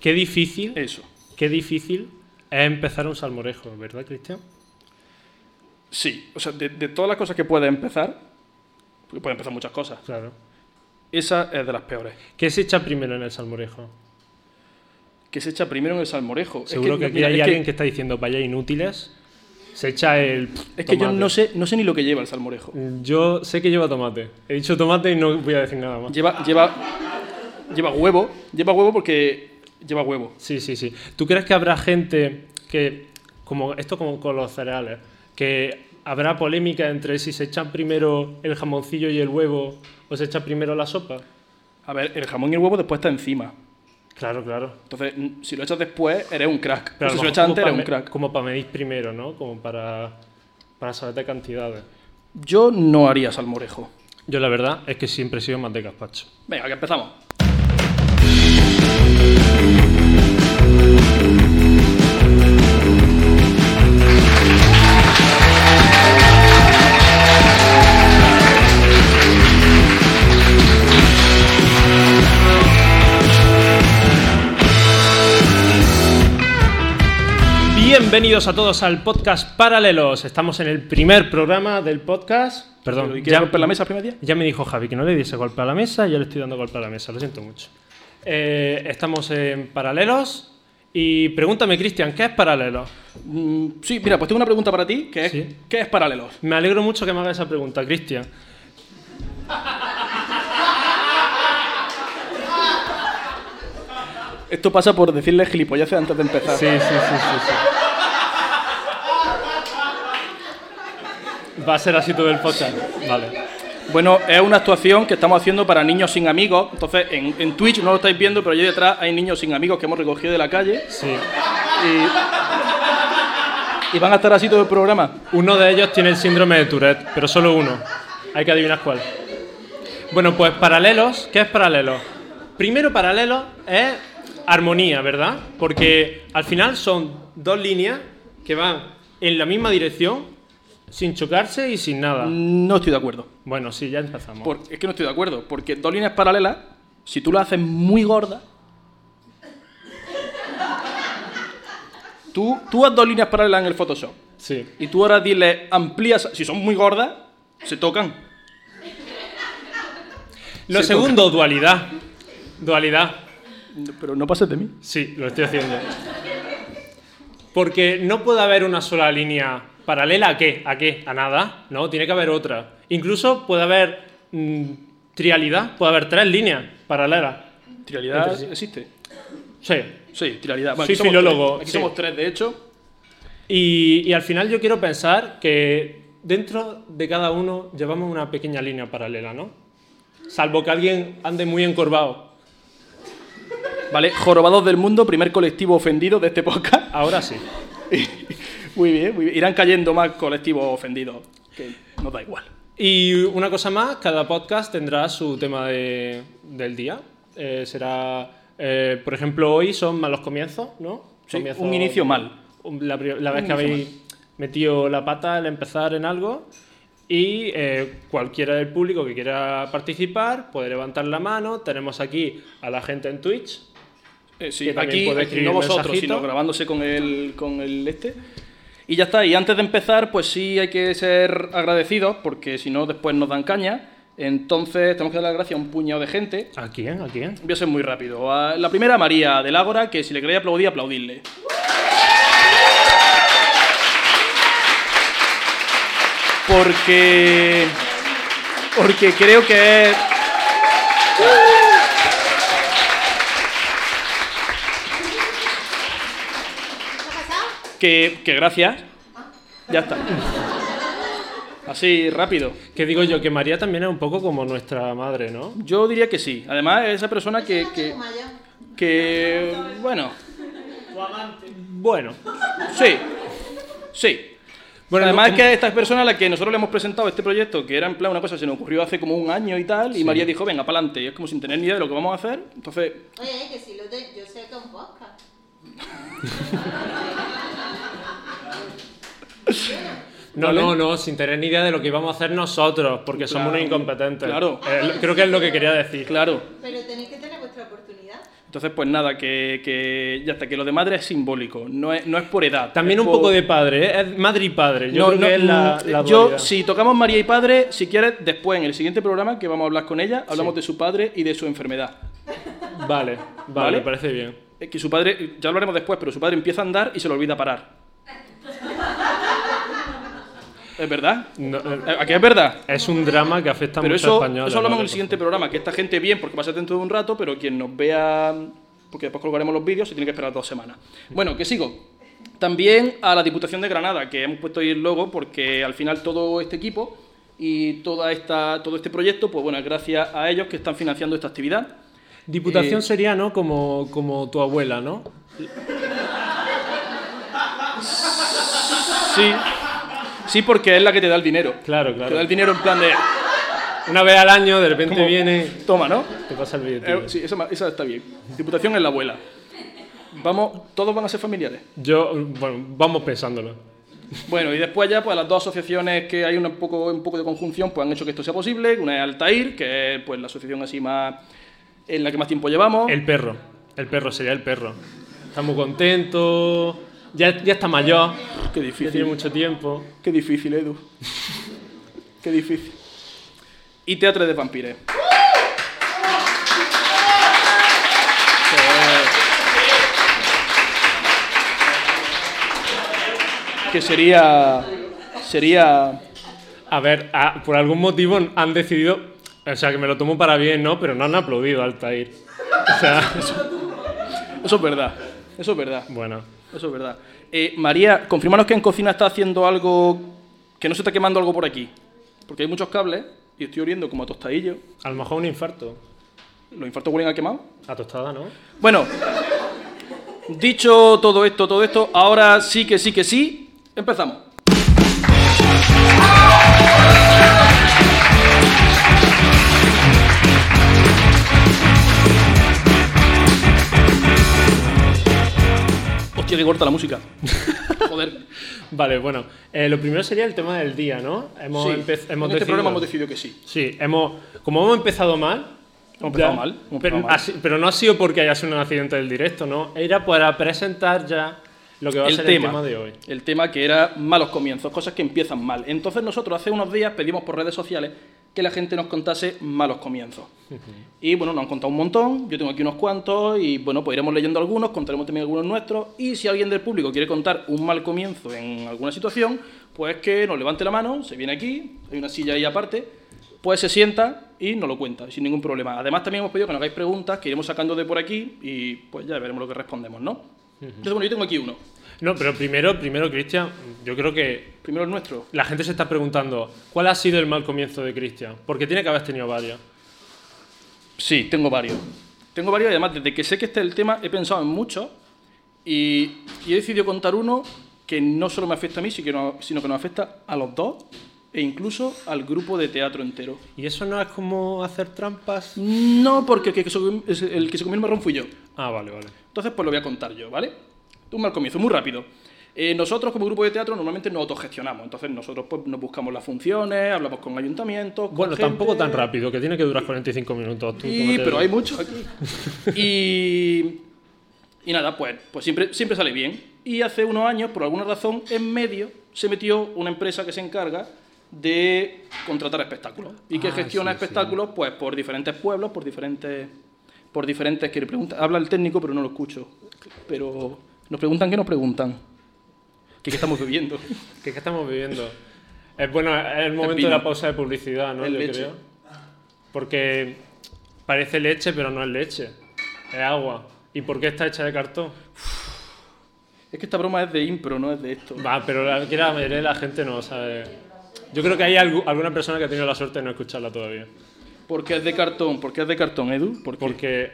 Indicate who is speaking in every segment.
Speaker 1: Qué difícil,
Speaker 2: Eso.
Speaker 1: qué difícil es empezar un salmorejo, ¿verdad, Cristian?
Speaker 2: Sí, o sea, de, de todas las cosas que puedes empezar, porque puedes empezar muchas cosas,
Speaker 1: Claro.
Speaker 2: esa es de las peores.
Speaker 1: ¿Qué se echa primero en el salmorejo?
Speaker 2: Que se echa primero en el salmorejo. Es
Speaker 1: Seguro que, aquí
Speaker 2: mira,
Speaker 1: hay
Speaker 2: es
Speaker 1: alguien que... está diciendo, vaya inútiles. Se echa el.
Speaker 2: Es que yo
Speaker 1: tomate.
Speaker 2: no sé, no sé ni lo que lleva el salmorejo.
Speaker 1: Yo sé que lleva tomate. He dicho tomate y no voy a decir nada más.
Speaker 2: Lleva, lleva, lleva huevo, lleva huevo porque lleva huevo.
Speaker 1: Sí, sí, sí. ¿Tú crees que habrá gente que, como esto como con los cereales, que habrá polémica entre si se echan primero el jamoncillo y el huevo o se echa primero la sopa?
Speaker 2: A ver, el jamón y el huevo después está encima.
Speaker 1: Claro, claro.
Speaker 2: Entonces, mm, si lo echas después, eres un crack.
Speaker 1: Pero a
Speaker 2: si
Speaker 1: lo mejor
Speaker 2: lo echas
Speaker 1: como
Speaker 2: antes, eres un
Speaker 1: pa me-
Speaker 2: crack.
Speaker 1: Como para medir primero, ¿no? Como para, para saber de cantidades.
Speaker 2: Yo no haría salmorejo.
Speaker 1: Yo la verdad es que siempre he sido más de gazpacho.
Speaker 2: Venga, que empezamos.
Speaker 1: Bienvenidos a todos al podcast Paralelos. Estamos en el primer programa del podcast.
Speaker 2: Pero, ¿Y
Speaker 1: Perdón,
Speaker 2: quieres
Speaker 1: ya,
Speaker 2: romper la mesa el primer día?
Speaker 1: Ya me dijo Javi que no le diese golpe a la mesa, ya le estoy dando golpe a la mesa, lo siento mucho. Eh, estamos en paralelos y pregúntame, Cristian, ¿qué es paralelos?
Speaker 2: Mm, sí, mira, pues tengo una pregunta para ti, que es,
Speaker 1: Sí.
Speaker 2: ¿qué es paralelos?
Speaker 1: Me alegro mucho que me haga esa pregunta, Cristian.
Speaker 2: Esto pasa por decirle gilipolleces antes de empezar.
Speaker 1: Sí, sí, sí, sí, sí. Va a ser así todo el podcast. Vale.
Speaker 2: Bueno, es una actuación que estamos haciendo para niños sin amigos. Entonces, en, en Twitch no lo estáis viendo, pero allí detrás hay niños sin amigos que hemos recogido de la calle
Speaker 1: Sí.
Speaker 2: y van a estar así todo el programa.
Speaker 1: Uno de ellos tiene el síndrome de Tourette, pero solo uno. Hay que adivinar cuál. Bueno, pues paralelos. ¿Qué es paralelo? Primero paralelo es armonía, ¿verdad? Porque al final son dos líneas que van en la misma dirección sin chocarse y sin nada.
Speaker 2: No estoy de acuerdo.
Speaker 1: Bueno, sí, ya empezamos.
Speaker 2: Mm. Por- es que no estoy de acuerdo, porque dos líneas paralelas, si tú las haces muy gordas. Tú, tú haz dos líneas paralelas en el Photoshop
Speaker 1: Sí.
Speaker 2: y tú ahora dile amplías. Si son muy gordas, se tocan.
Speaker 1: Lo
Speaker 2: Sí,
Speaker 1: segundo, dualidad. Dualidad.
Speaker 2: Pero no pases de mí.
Speaker 1: Sí, lo estoy haciendo. Porque no puede haber una sola línea paralela a qué, a qué, a nada, ¿no? Tiene que haber otra. Incluso puede haber mm, trialidad, puede haber tres líneas paralelas.
Speaker 2: Trialidad
Speaker 1: Entre sí.
Speaker 2: existe.
Speaker 1: Sí.
Speaker 2: Sí, trialidad.
Speaker 1: Soy
Speaker 2: aquí somos
Speaker 1: filólogo,
Speaker 2: tres. Aquí
Speaker 1: sí.
Speaker 2: somos tres, de hecho.
Speaker 1: Y, y al final yo quiero pensar que dentro de cada uno llevamos una pequeña línea paralela, ¿no? Salvo que alguien ande muy encorvado.
Speaker 2: Vale, Jorobados del Mundo, primer colectivo ofendido de este podcast.
Speaker 1: Ahora sí.
Speaker 2: muy bien, muy bien. Irán cayendo más colectivos ofendidos, que nos da igual.
Speaker 1: Y una cosa más, cada podcast tendrá su tema de- del día. Eh, será, eh, por ejemplo, hoy son malos comienzos, ¿no?
Speaker 2: Sí,
Speaker 1: Comienzo-
Speaker 2: un inicio mal.
Speaker 1: un- La, pri- la vez
Speaker 2: Un
Speaker 1: que
Speaker 2: inicio
Speaker 1: habéis metido la pata al empezar en algo. Y eh, cualquiera del público que quiera participar puede levantar la mano. Tenemos aquí a la gente en Twitch.
Speaker 2: Eh, sí,
Speaker 1: que también
Speaker 2: aquí,
Speaker 1: puede
Speaker 2: aquí
Speaker 1: escribir
Speaker 2: no vosotros,
Speaker 1: mensajito.
Speaker 2: sino grabándose con el, con el este. Y ya está, y antes de empezar, pues sí hay que ser agradecidos, porque si no, después nos dan caña. Entonces, tenemos que dar las gracias a un puñado de gente.
Speaker 1: ¿A quién? ¿A quién?
Speaker 2: Voy a ser muy rápido. A la primera, María del Ágora, que si le queréis aplaudir, aplaudidle. Porque. Porque creo que es. Que, que gracias. Ya está. Así, rápido.
Speaker 1: Que digo yo, que María también es un poco como nuestra madre, ¿no?
Speaker 2: Yo diría que sí. Además, es esa persona que. que, que bueno,
Speaker 1: Bueno.
Speaker 2: sí. Sí.
Speaker 1: Bueno,
Speaker 2: Además
Speaker 1: no-
Speaker 2: es que esta es persona a la que nosotros le hemos presentado este proyecto, que era en plan una cosa que se nos ocurrió hace como un año y tal, y María dijo, venga, pa'lante. Y es como sin tener ni idea de lo que vamos a hacer. Entonces,
Speaker 3: Oye, que si lo de, yo sé que es un podcast.
Speaker 1: No,
Speaker 2: ¿Vale?
Speaker 1: no, no, sin tener ni idea de lo que íbamos a hacer nosotros, porque somos
Speaker 2: Claro,
Speaker 1: unos incompetentes.
Speaker 2: claro.
Speaker 1: Eh, lo- creo que es lo que quería decir.
Speaker 2: claro.
Speaker 3: Pero tenéis que tener vuestra oportunidad.
Speaker 2: Entonces, pues nada, que, que ya está, que lo de madre es simbólico, no es, no es por edad.
Speaker 1: También
Speaker 2: es
Speaker 1: un
Speaker 2: por-
Speaker 1: poco de padre, ¿eh? Es madre y padre. Yo
Speaker 2: No,
Speaker 1: creo
Speaker 2: no,
Speaker 1: que es la,
Speaker 2: mm,
Speaker 1: la
Speaker 2: yo,
Speaker 1: dualidad.
Speaker 2: si tocamos María y Padre, si quieres, después en el siguiente programa que vamos a hablar con ella, hablamos de su padre y de su enfermedad.
Speaker 1: Vale, vale,
Speaker 2: ¿Vale?
Speaker 1: me parece bien.
Speaker 2: Es que su padre, ya lo haremos después, pero su padre empieza a andar y se le olvida parar. ¿Es verdad?
Speaker 1: No, eh,
Speaker 2: ¿A que es verdad?
Speaker 1: es un drama que afecta
Speaker 2: pero
Speaker 1: mucho
Speaker 2: eso,
Speaker 1: a españoles.
Speaker 2: eso hablamos
Speaker 1: ¿no?
Speaker 2: en el siguiente programa, que esta gente bien, porque va a ser dentro de un rato, pero quien nos vea, porque después colgaremos los vídeos, se tiene que esperar dos semanas. Bueno, que sigo. También a la Diputación de Granada, que hemos puesto ahí el logo, porque al final todo este equipo y toda esta, todo este proyecto, pues bueno, es gracias a ellos que están financiando esta actividad.
Speaker 1: Diputación
Speaker 2: Eh,
Speaker 1: sería, ¿no? Como, como tu abuela, ¿no?
Speaker 2: Sí, sí, porque es la que te da el dinero.
Speaker 1: Claro,
Speaker 2: Te da el
Speaker 1: claro.
Speaker 2: dinero en plan de...
Speaker 1: Una vez al año, de repente
Speaker 2: como,
Speaker 1: viene,
Speaker 2: Toma, ¿no?
Speaker 1: te pasa el
Speaker 2: Eh,
Speaker 1: billete.
Speaker 2: sí, esa, ma- esa está bien. Diputación es la abuela. Vamos, todos van a ser familiares.
Speaker 1: Yo, mm, bueno, vamos pensándolo.
Speaker 2: Bueno, y después ya, pues las dos asociaciones que hay un poco, un poco de conjunción, pues han hecho que esto sea posible. Una es Altair, que es pues la asociación así más en la que más tiempo llevamos.
Speaker 1: El perro. El perro sería el perro. Está muy contento. Ya, ya está mayor.
Speaker 2: Qué
Speaker 1: Ya
Speaker 2: difícil.
Speaker 1: tiene mucho tiempo.
Speaker 2: Qué difícil, Edu. Qué difícil. Y Teatro de Vampires. Que- Que sería. Sería.
Speaker 1: A ver, ah, por algún motivo han decidido. O sea, que me lo tomo para bien, ¿no? Pero no han aplaudido al Altair. O sea,
Speaker 2: Eso es verdad. Eso es verdad.
Speaker 1: bueno.
Speaker 2: Eso es verdad. Eh, María, confirmanos que en cocina está haciendo algo. que no se está quemando algo por aquí. Porque hay muchos cables y estoy oliendo como a tostadillo.
Speaker 1: A lo mejor un infarto.
Speaker 2: ¿Los infartos huelen a quemado?
Speaker 1: A tostada, ¿no?
Speaker 2: Bueno, dicho todo esto, todo esto, ahora sí que sí que sí, empezamos. Hostia, que corta la música. Joder.
Speaker 1: Vale, bueno. eh, lo primero sería el tema del día, ¿no? Hemos,
Speaker 2: Sí,
Speaker 1: empe- hemos
Speaker 2: en
Speaker 1: decidido-
Speaker 2: este programa hemos decidido que sí.
Speaker 1: Sí, hemos, como hemos empezado mal.
Speaker 2: Hemos empezado mal, hemos empezado
Speaker 1: pero,
Speaker 2: mal.
Speaker 1: ha si- pero no ha sido porque haya sido un accidente del directo, ¿no? Era para presentar ya lo que va a ser el tema de hoy.
Speaker 2: El tema que era malos comienzos, cosas que empiezan mal. Entonces nosotros hace unos días pedimos por redes sociales que la gente nos contase malos comienzos. Y bueno, nos han contado un montón, yo tengo aquí unos cuantos y bueno, pues iremos leyendo algunos, contaremos también algunos nuestros y si alguien del público quiere contar un mal comienzo en alguna situación, pues que nos levante la mano, se viene aquí, hay una silla ahí aparte, pues se sienta y nos lo cuenta sin ningún problema. Además también hemos pedido que nos hagáis preguntas que iremos sacando de por aquí y pues ya veremos lo que respondemos, ¿no? Entonces bueno, yo tengo aquí uno.
Speaker 1: No, pero primero, primero, Cristian, yo creo que
Speaker 2: Primero el nuestro.
Speaker 1: la gente se está preguntando cuál ha sido el mal comienzo de Cristian, porque tiene que haber tenido varios.
Speaker 2: Sí, tengo varios. Tengo varios y además desde que sé que este es el tema he pensado en muchos y, y he decidido contar uno que no solo me afecta a mí, sino que sino que nos afecta a los dos e incluso al grupo de teatro entero.
Speaker 1: Y eso no es como hacer trampas.
Speaker 2: No, porque el que, se- el que se comió el marrón fui yo.
Speaker 1: Ah, vale, vale.
Speaker 2: Entonces, pues lo voy a contar yo, ¿vale? Un mal comienzo, muy rápido. Eh, nosotros, como grupo de teatro, normalmente nos autogestionamos. Entonces, nosotros pues, nos buscamos las funciones, hablamos con ayuntamientos. con
Speaker 1: Bueno, tampoco
Speaker 2: gente.
Speaker 1: tan rápido, que tiene que durar 45 minutos. Tú,
Speaker 2: Y-
Speaker 1: ¿cómo te-
Speaker 2: pero hay muchos aquí. y, y nada, pues, pues siempre, siempre sale bien. Y hace unos años, por alguna razón, en medio se metió una empresa que se encarga de contratar espectáculos y que
Speaker 1: Ah,
Speaker 2: gestiona
Speaker 1: sí, sí.
Speaker 2: espectáculos pues por diferentes pueblos, por diferentes por diferentes que le preguntan, habla el técnico pero no lo escucho. Pero nos preguntan qué nos preguntan. ¿Qué, qué estamos bebiendo?
Speaker 1: ¿Qué, qué estamos viviendo? Es bueno, es el momento
Speaker 2: vino.
Speaker 1: de la pausa de publicidad, ¿no?
Speaker 2: Es
Speaker 1: Yo
Speaker 2: leche.
Speaker 1: creo. Porque parece leche, pero no es leche. Es agua. ¿Y por qué está hecha de cartón?
Speaker 2: es que esta broma es de impro, no es de esto.
Speaker 1: Va, pero la, que la mayoría de la gente no sabe. Yo creo que hay algu- alguna persona que ha tenido la suerte de no escucharla todavía.
Speaker 2: Porque es de cartón, porque es de cartón, Edu, porque
Speaker 1: Porque,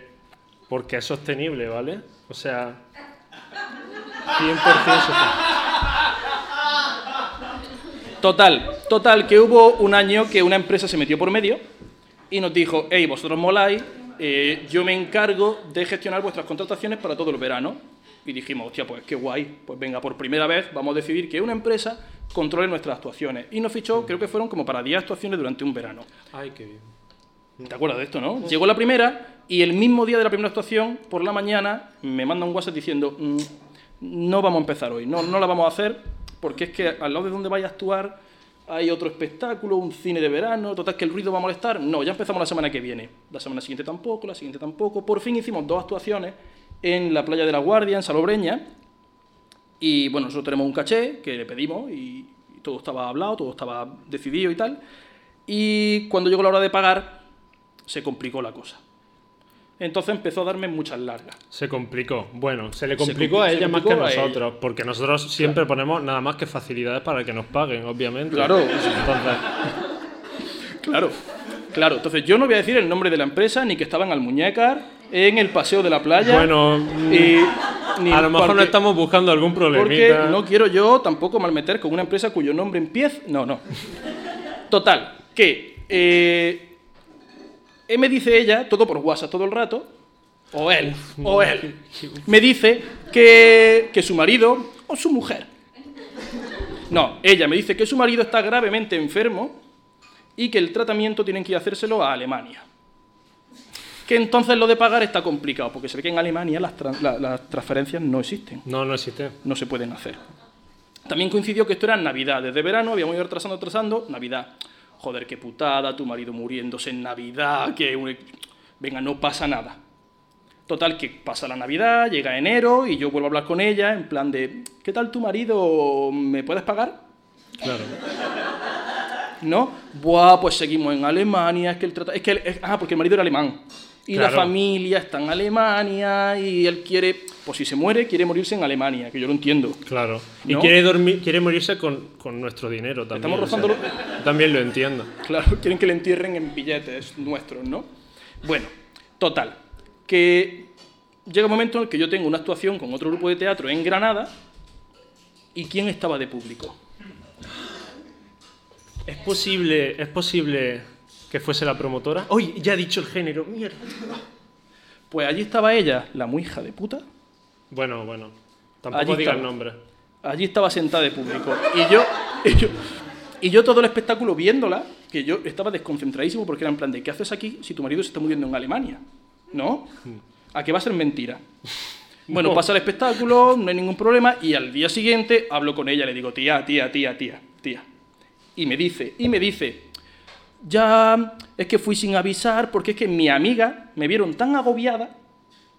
Speaker 1: porque es sostenible, ¿vale? O sea, 100% sostenible.
Speaker 2: Total, total, que hubo un año que una empresa se metió por medio y nos dijo, hey, vosotros moláis, eh, yo me encargo de gestionar vuestras contrataciones para todo el verano. Y dijimos, hostia, pues qué guay, pues venga, por primera vez vamos a decidir que una empresa controle nuestras actuaciones. Y nos fichó, creo que fueron como para 10 actuaciones durante un verano.
Speaker 1: Ay, qué bien.
Speaker 2: ¿Te acuerdas de esto, no? Llegó la primera Y el mismo día de la primera actuación, por la mañana, me manda un WhatsApp diciendo, "Mm, no vamos a empezar hoy, no, no la vamos a hacer, porque es que al lado de donde vaya a actuar hay otro espectáculo, un cine de verano, total que el ruido va a molestar. No, ya empezamos la semana que viene. La semana siguiente tampoco, la siguiente tampoco. Por fin hicimos dos actuaciones en la playa de la Guardia, en Salobreña, y bueno, nosotros tenemos un caché que le pedimos y, y todo estaba hablado, todo estaba decidido y tal. Y cuando llegó la hora de pagar, se complicó la cosa. Entonces empezó a darme muchas largas.
Speaker 1: Se complicó. Bueno, se le
Speaker 2: Se
Speaker 1: complicó
Speaker 2: compli-
Speaker 1: a
Speaker 2: se
Speaker 1: ella más que a
Speaker 2: complicó a
Speaker 1: nosotros, porque nosotros siempre ponemos nada más que facilidades para que nos paguen, obviamente.
Speaker 2: Claro.
Speaker 1: Entonces,
Speaker 2: Claro, claro. Entonces yo no voy a decir el nombre de la empresa, ni que estaba en Almuñécar, en el paseo de la playa.
Speaker 1: bueno,
Speaker 2: y ni
Speaker 1: a lo mejor no
Speaker 2: porque-
Speaker 1: estamos buscando algún
Speaker 2: Porque
Speaker 1: problemita.
Speaker 2: no quiero yo tampoco malmeter con una empresa cuyo nombre empieza. No, no. Total, que. eh, eh, me dice ella, todo por WhatsApp todo el rato, o él, o él, me dice que, que su marido o su mujer. No, ella me dice que su marido está gravemente enfermo y que el tratamiento tienen que ir a hacérselo a Alemania. Que entonces lo de pagar está complicado, porque se ve que en Alemania las tran- la- las transferencias no existen
Speaker 1: No, no existe.
Speaker 2: no se pueden hacer. También coincidió que esto era Navidad, desde verano habíamos ido retrasando, retrasando, Navidad. Joder, qué putada, tu marido muriéndose en Navidad, que... un- Venga, no pasa nada. Total, que pasa la Navidad, llega enero y yo vuelvo a hablar con ella en plan de, ¿qué tal tu marido? ¿Me puedes pagar?
Speaker 1: Claro.
Speaker 2: ¿no? Buah, pues seguimos en Alemania, es que el trata... Es que el- es- Ah, porque el marido era alemán. Y
Speaker 1: Claro.
Speaker 2: la familia está en Alemania y él quiere... Pues si se muere, quiere morirse en Alemania, que yo lo entiendo.
Speaker 1: Claro. Y
Speaker 2: ¿No?
Speaker 1: quiere dormir, quiere morirse con, con nuestro dinero también.
Speaker 2: Estamos
Speaker 1: o sea,
Speaker 2: rozándolo.
Speaker 1: yo También lo entiendo.
Speaker 2: Claro, quieren que le entierren en billetes nuestros, ¿no? Bueno, total, que llega un momento en el que yo tengo una actuación con otro grupo de teatro en Granada y ¿quién estaba de público?
Speaker 1: Es posible, es posible que fuese la promotora. ¡Uy! Ya he dicho el género. Mierda.
Speaker 2: Pues allí estaba ella, la muy hija de puta,
Speaker 1: Bueno, bueno. Tampoco
Speaker 2: Allí
Speaker 1: diga el
Speaker 2: estaba.
Speaker 1: nombre.
Speaker 2: allí estaba sentada de público y yo, y yo, y yo todo el espectáculo viéndola, que yo estaba desconcentradísimo porque era en plan de ¿qué haces aquí si tu marido se está muriendo en Alemania? ¿No? ¿A qué va a ser mentira? Bueno,
Speaker 1: No.
Speaker 2: pasa el espectáculo, no hay ningún problema, y al día siguiente hablo con ella, le digo, tía, tía, tía, tía, tía. Y me dice, y me dice, ya, es que fui sin avisar, porque es que mi amiga me vieron tan agobiada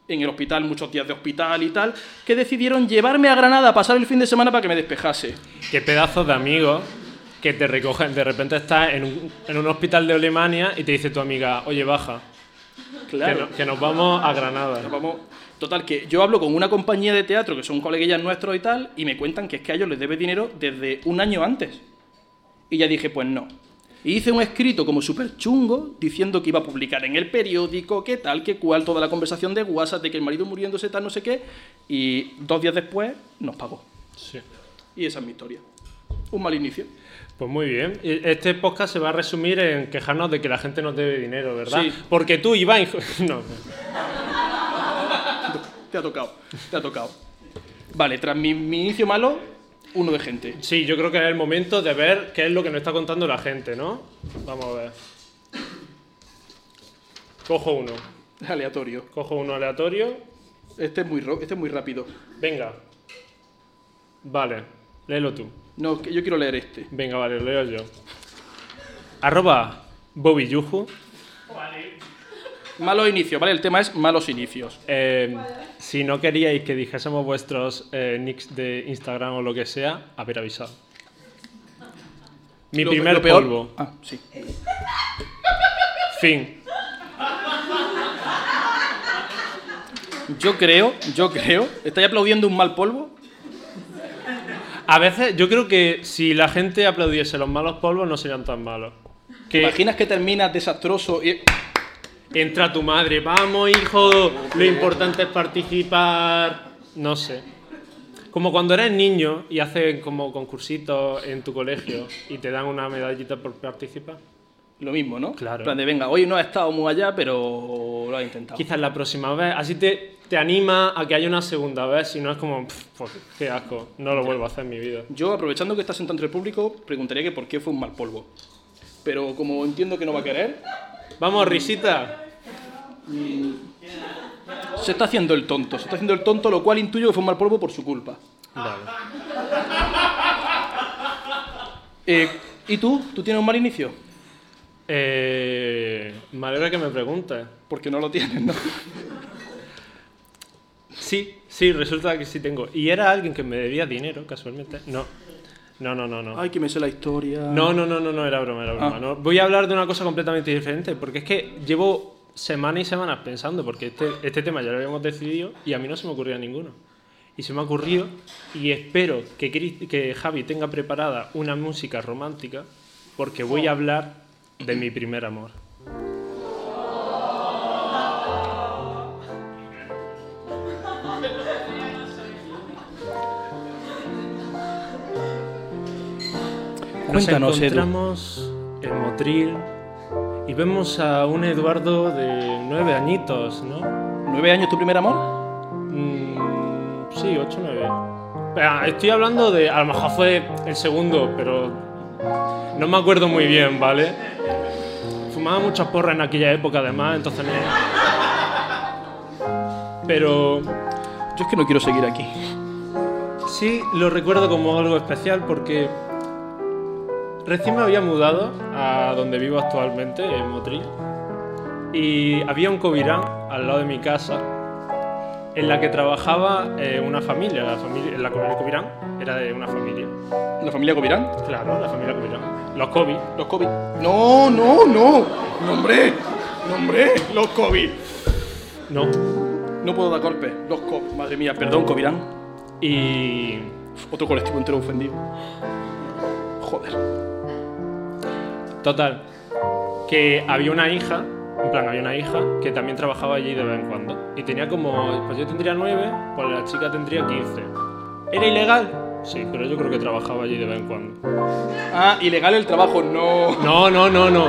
Speaker 2: en el hospital, muchos días de hospital y tal, que decidieron llevarme a Granada a pasar el fin de semana para que me despejase.
Speaker 1: Qué pedazos de amigos que te recogen. De repente estás en un, en un hospital de Alemania y te dice tu amiga, oye, baja, que
Speaker 2: Claro.
Speaker 1: no- que, nos vamos a Granada.
Speaker 2: Vamos. Total, que yo hablo con una compañía de teatro que son coleguillas nuestros y tal, y me cuentan que es que a ellos les debe dinero desde un año antes. Y ya dije, pues no. Y hice un escrito como súper chungo diciendo que iba a publicar en el periódico, que tal, que cual, toda la conversación de WhatsApp, de que el marido muriéndose, tal, no sé qué. Y dos días después nos pagó.
Speaker 1: Sí.
Speaker 2: Y esa es mi historia. Un mal inicio.
Speaker 1: Pues muy bien. E- Este podcast se va a resumir en quejarnos de que la gente nos debe dinero, ¿verdad?
Speaker 2: Sí.
Speaker 1: Porque tú, Iván... No,
Speaker 2: Te ha tocado, te ha tocado. Vale, tras mi, mi inicio malo, uno de gente.
Speaker 1: Sí, yo creo que es el momento de ver qué es lo que nos está contando la gente, ¿no? Vamos a ver. Cojo uno.
Speaker 2: Aleatorio.
Speaker 1: Cojo uno aleatorio.
Speaker 2: Este es muy, ro- este es muy rápido.
Speaker 1: Venga. Vale, léelo tú.
Speaker 2: No, que yo quiero leer este.
Speaker 1: Venga, vale, lo leo yo. Arroba Bobby Yuju.
Speaker 2: Malos inicios, ¿vale? El tema es malos inicios.
Speaker 1: Eh, si no queríais que dijésemos vuestros eh, nicks de Instagram o lo que sea, haber avisado. Mi
Speaker 2: Lo-
Speaker 1: primer
Speaker 2: lo peor-
Speaker 1: polvo.
Speaker 2: Ah, sí.
Speaker 1: Fin.
Speaker 2: Yo creo, yo creo. ¿Estáis aplaudiendo un mal polvo?
Speaker 1: A veces yo creo que si la gente aplaudiese los malos polvos no serían tan malos.
Speaker 2: ¿Te
Speaker 1: Que
Speaker 2: imaginas que terminas desastroso y.
Speaker 1: entra tu madre, vamos hijo, lo importante es participar, no sé. Como cuando eres niño y hacen como concursitos en tu colegio y te dan una medallita por participar.
Speaker 2: Lo mismo, ¿no?
Speaker 1: Claro.
Speaker 2: En plan de, venga, hoy no has estado muy allá, pero lo has intentado.
Speaker 1: Quizás la próxima vez, así te, te anima a que haya una segunda vez, si no es como, "Pf, pues, qué asco, no lo vuelvo a hacer en mi vida.
Speaker 2: Yo, aprovechando que estás sentado entre el público, preguntaría que por qué fue un mal polvo. Pero como entiendo que no va a querer,
Speaker 1: Vamos, risita.
Speaker 2: mm, se está haciendo el tonto, se está haciendo el tonto, lo cual intuyo que fue un mal polvo por su culpa.
Speaker 1: Vale.
Speaker 2: Eh, ¿Y tú? ¿Tú tienes un mal inicio?
Speaker 1: Eh, me alegra que me preguntes.
Speaker 2: Porque no lo tienes, ¿no?
Speaker 1: Sí, sí, resulta que sí tengo. Y era alguien que me debía dinero, casualmente. No, no, no, no. No,
Speaker 2: Ay, que me sé la historia.
Speaker 1: no, no, no, no, no era broma, era broma.
Speaker 2: Ah.
Speaker 1: No, voy a hablar de una cosa completamente diferente, porque es que llevo semanas y semanas pensando, porque este, este tema ya lo habíamos decidido y a mí no se me ocurría ninguno. Y se me ha ocurrido, y espero que, Cris- que Javi tenga preparada una música romántica, porque
Speaker 2: Oh.
Speaker 1: voy a hablar de mi primer amor.
Speaker 2: Cuéntanos,
Speaker 1: Nos
Speaker 2: Edu.
Speaker 1: encontramos en Motril y vemos a un Eduardo de nueve añitos, ¿no?
Speaker 2: ¿Nueve años tu primer amor?
Speaker 1: Mm, sí, ocho, nueve. Ah, Estoy hablando de, a lo mejor fue el segundo, pero no me acuerdo muy bien, ¿vale? Fumaba muchas porras en aquella época, además, entonces no... Pero
Speaker 2: Yo es que no quiero seguir aquí.
Speaker 1: Sí, lo recuerdo como algo especial porque recién me había mudado a donde vivo actualmente, en Motril, y había un cobirán al lado de mi casa en la que trabajaba eh, una familia. La familia la, el cobirán era de una familia.
Speaker 2: ¿La familia Covirán?
Speaker 1: Claro, la familia cobirán. Los COVID.
Speaker 2: Los COVID. No, no, no. No, hombre. No, hombre. Los COVID.
Speaker 1: No.
Speaker 2: No puedo dar golpes. Los COVID. Madre mía, perdón, Covirán.
Speaker 1: Y
Speaker 2: Otro colectivo entero ofendido. Joder.
Speaker 1: Total, que había una hija, en plan, había una hija que también trabajaba allí de vez en cuando. Y tenía como, pues yo tendría nueve, pues la chica tendría 15. ¿Era ilegal? Sí, pero yo creo que trabajaba allí de vez en cuando.
Speaker 2: Ah, ilegal el trabajo. No.
Speaker 1: No, no, no, no.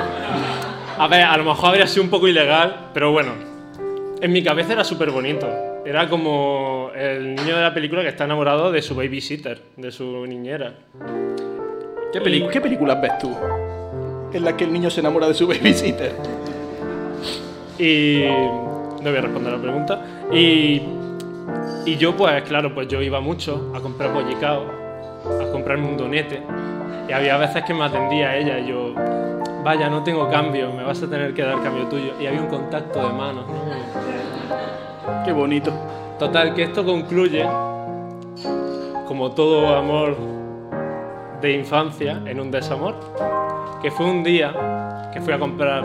Speaker 1: A ver, a lo mejor habría sido un poco ilegal, pero bueno. En mi cabeza era súper bonito. Era como el niño de la película que está enamorado de su babysitter, de su niñera.
Speaker 2: ¿Qué, peli- ¿Qué películas ves tú? En las que el niño se enamora de su babysitter.
Speaker 1: Y no voy a responder la pregunta. Y, y yo, pues claro, pues yo iba mucho a comprar bollicao, a comprarme un donete. Y había veces que me atendía ella y yo, vaya, no tengo cambio, me vas a tener que dar cambio tuyo. Y había un contacto de manos. ¿no?
Speaker 2: Qué bonito.
Speaker 1: Total, que esto concluye, como todo amor de infancia, en un desamor. Que fue un día que fui a comprar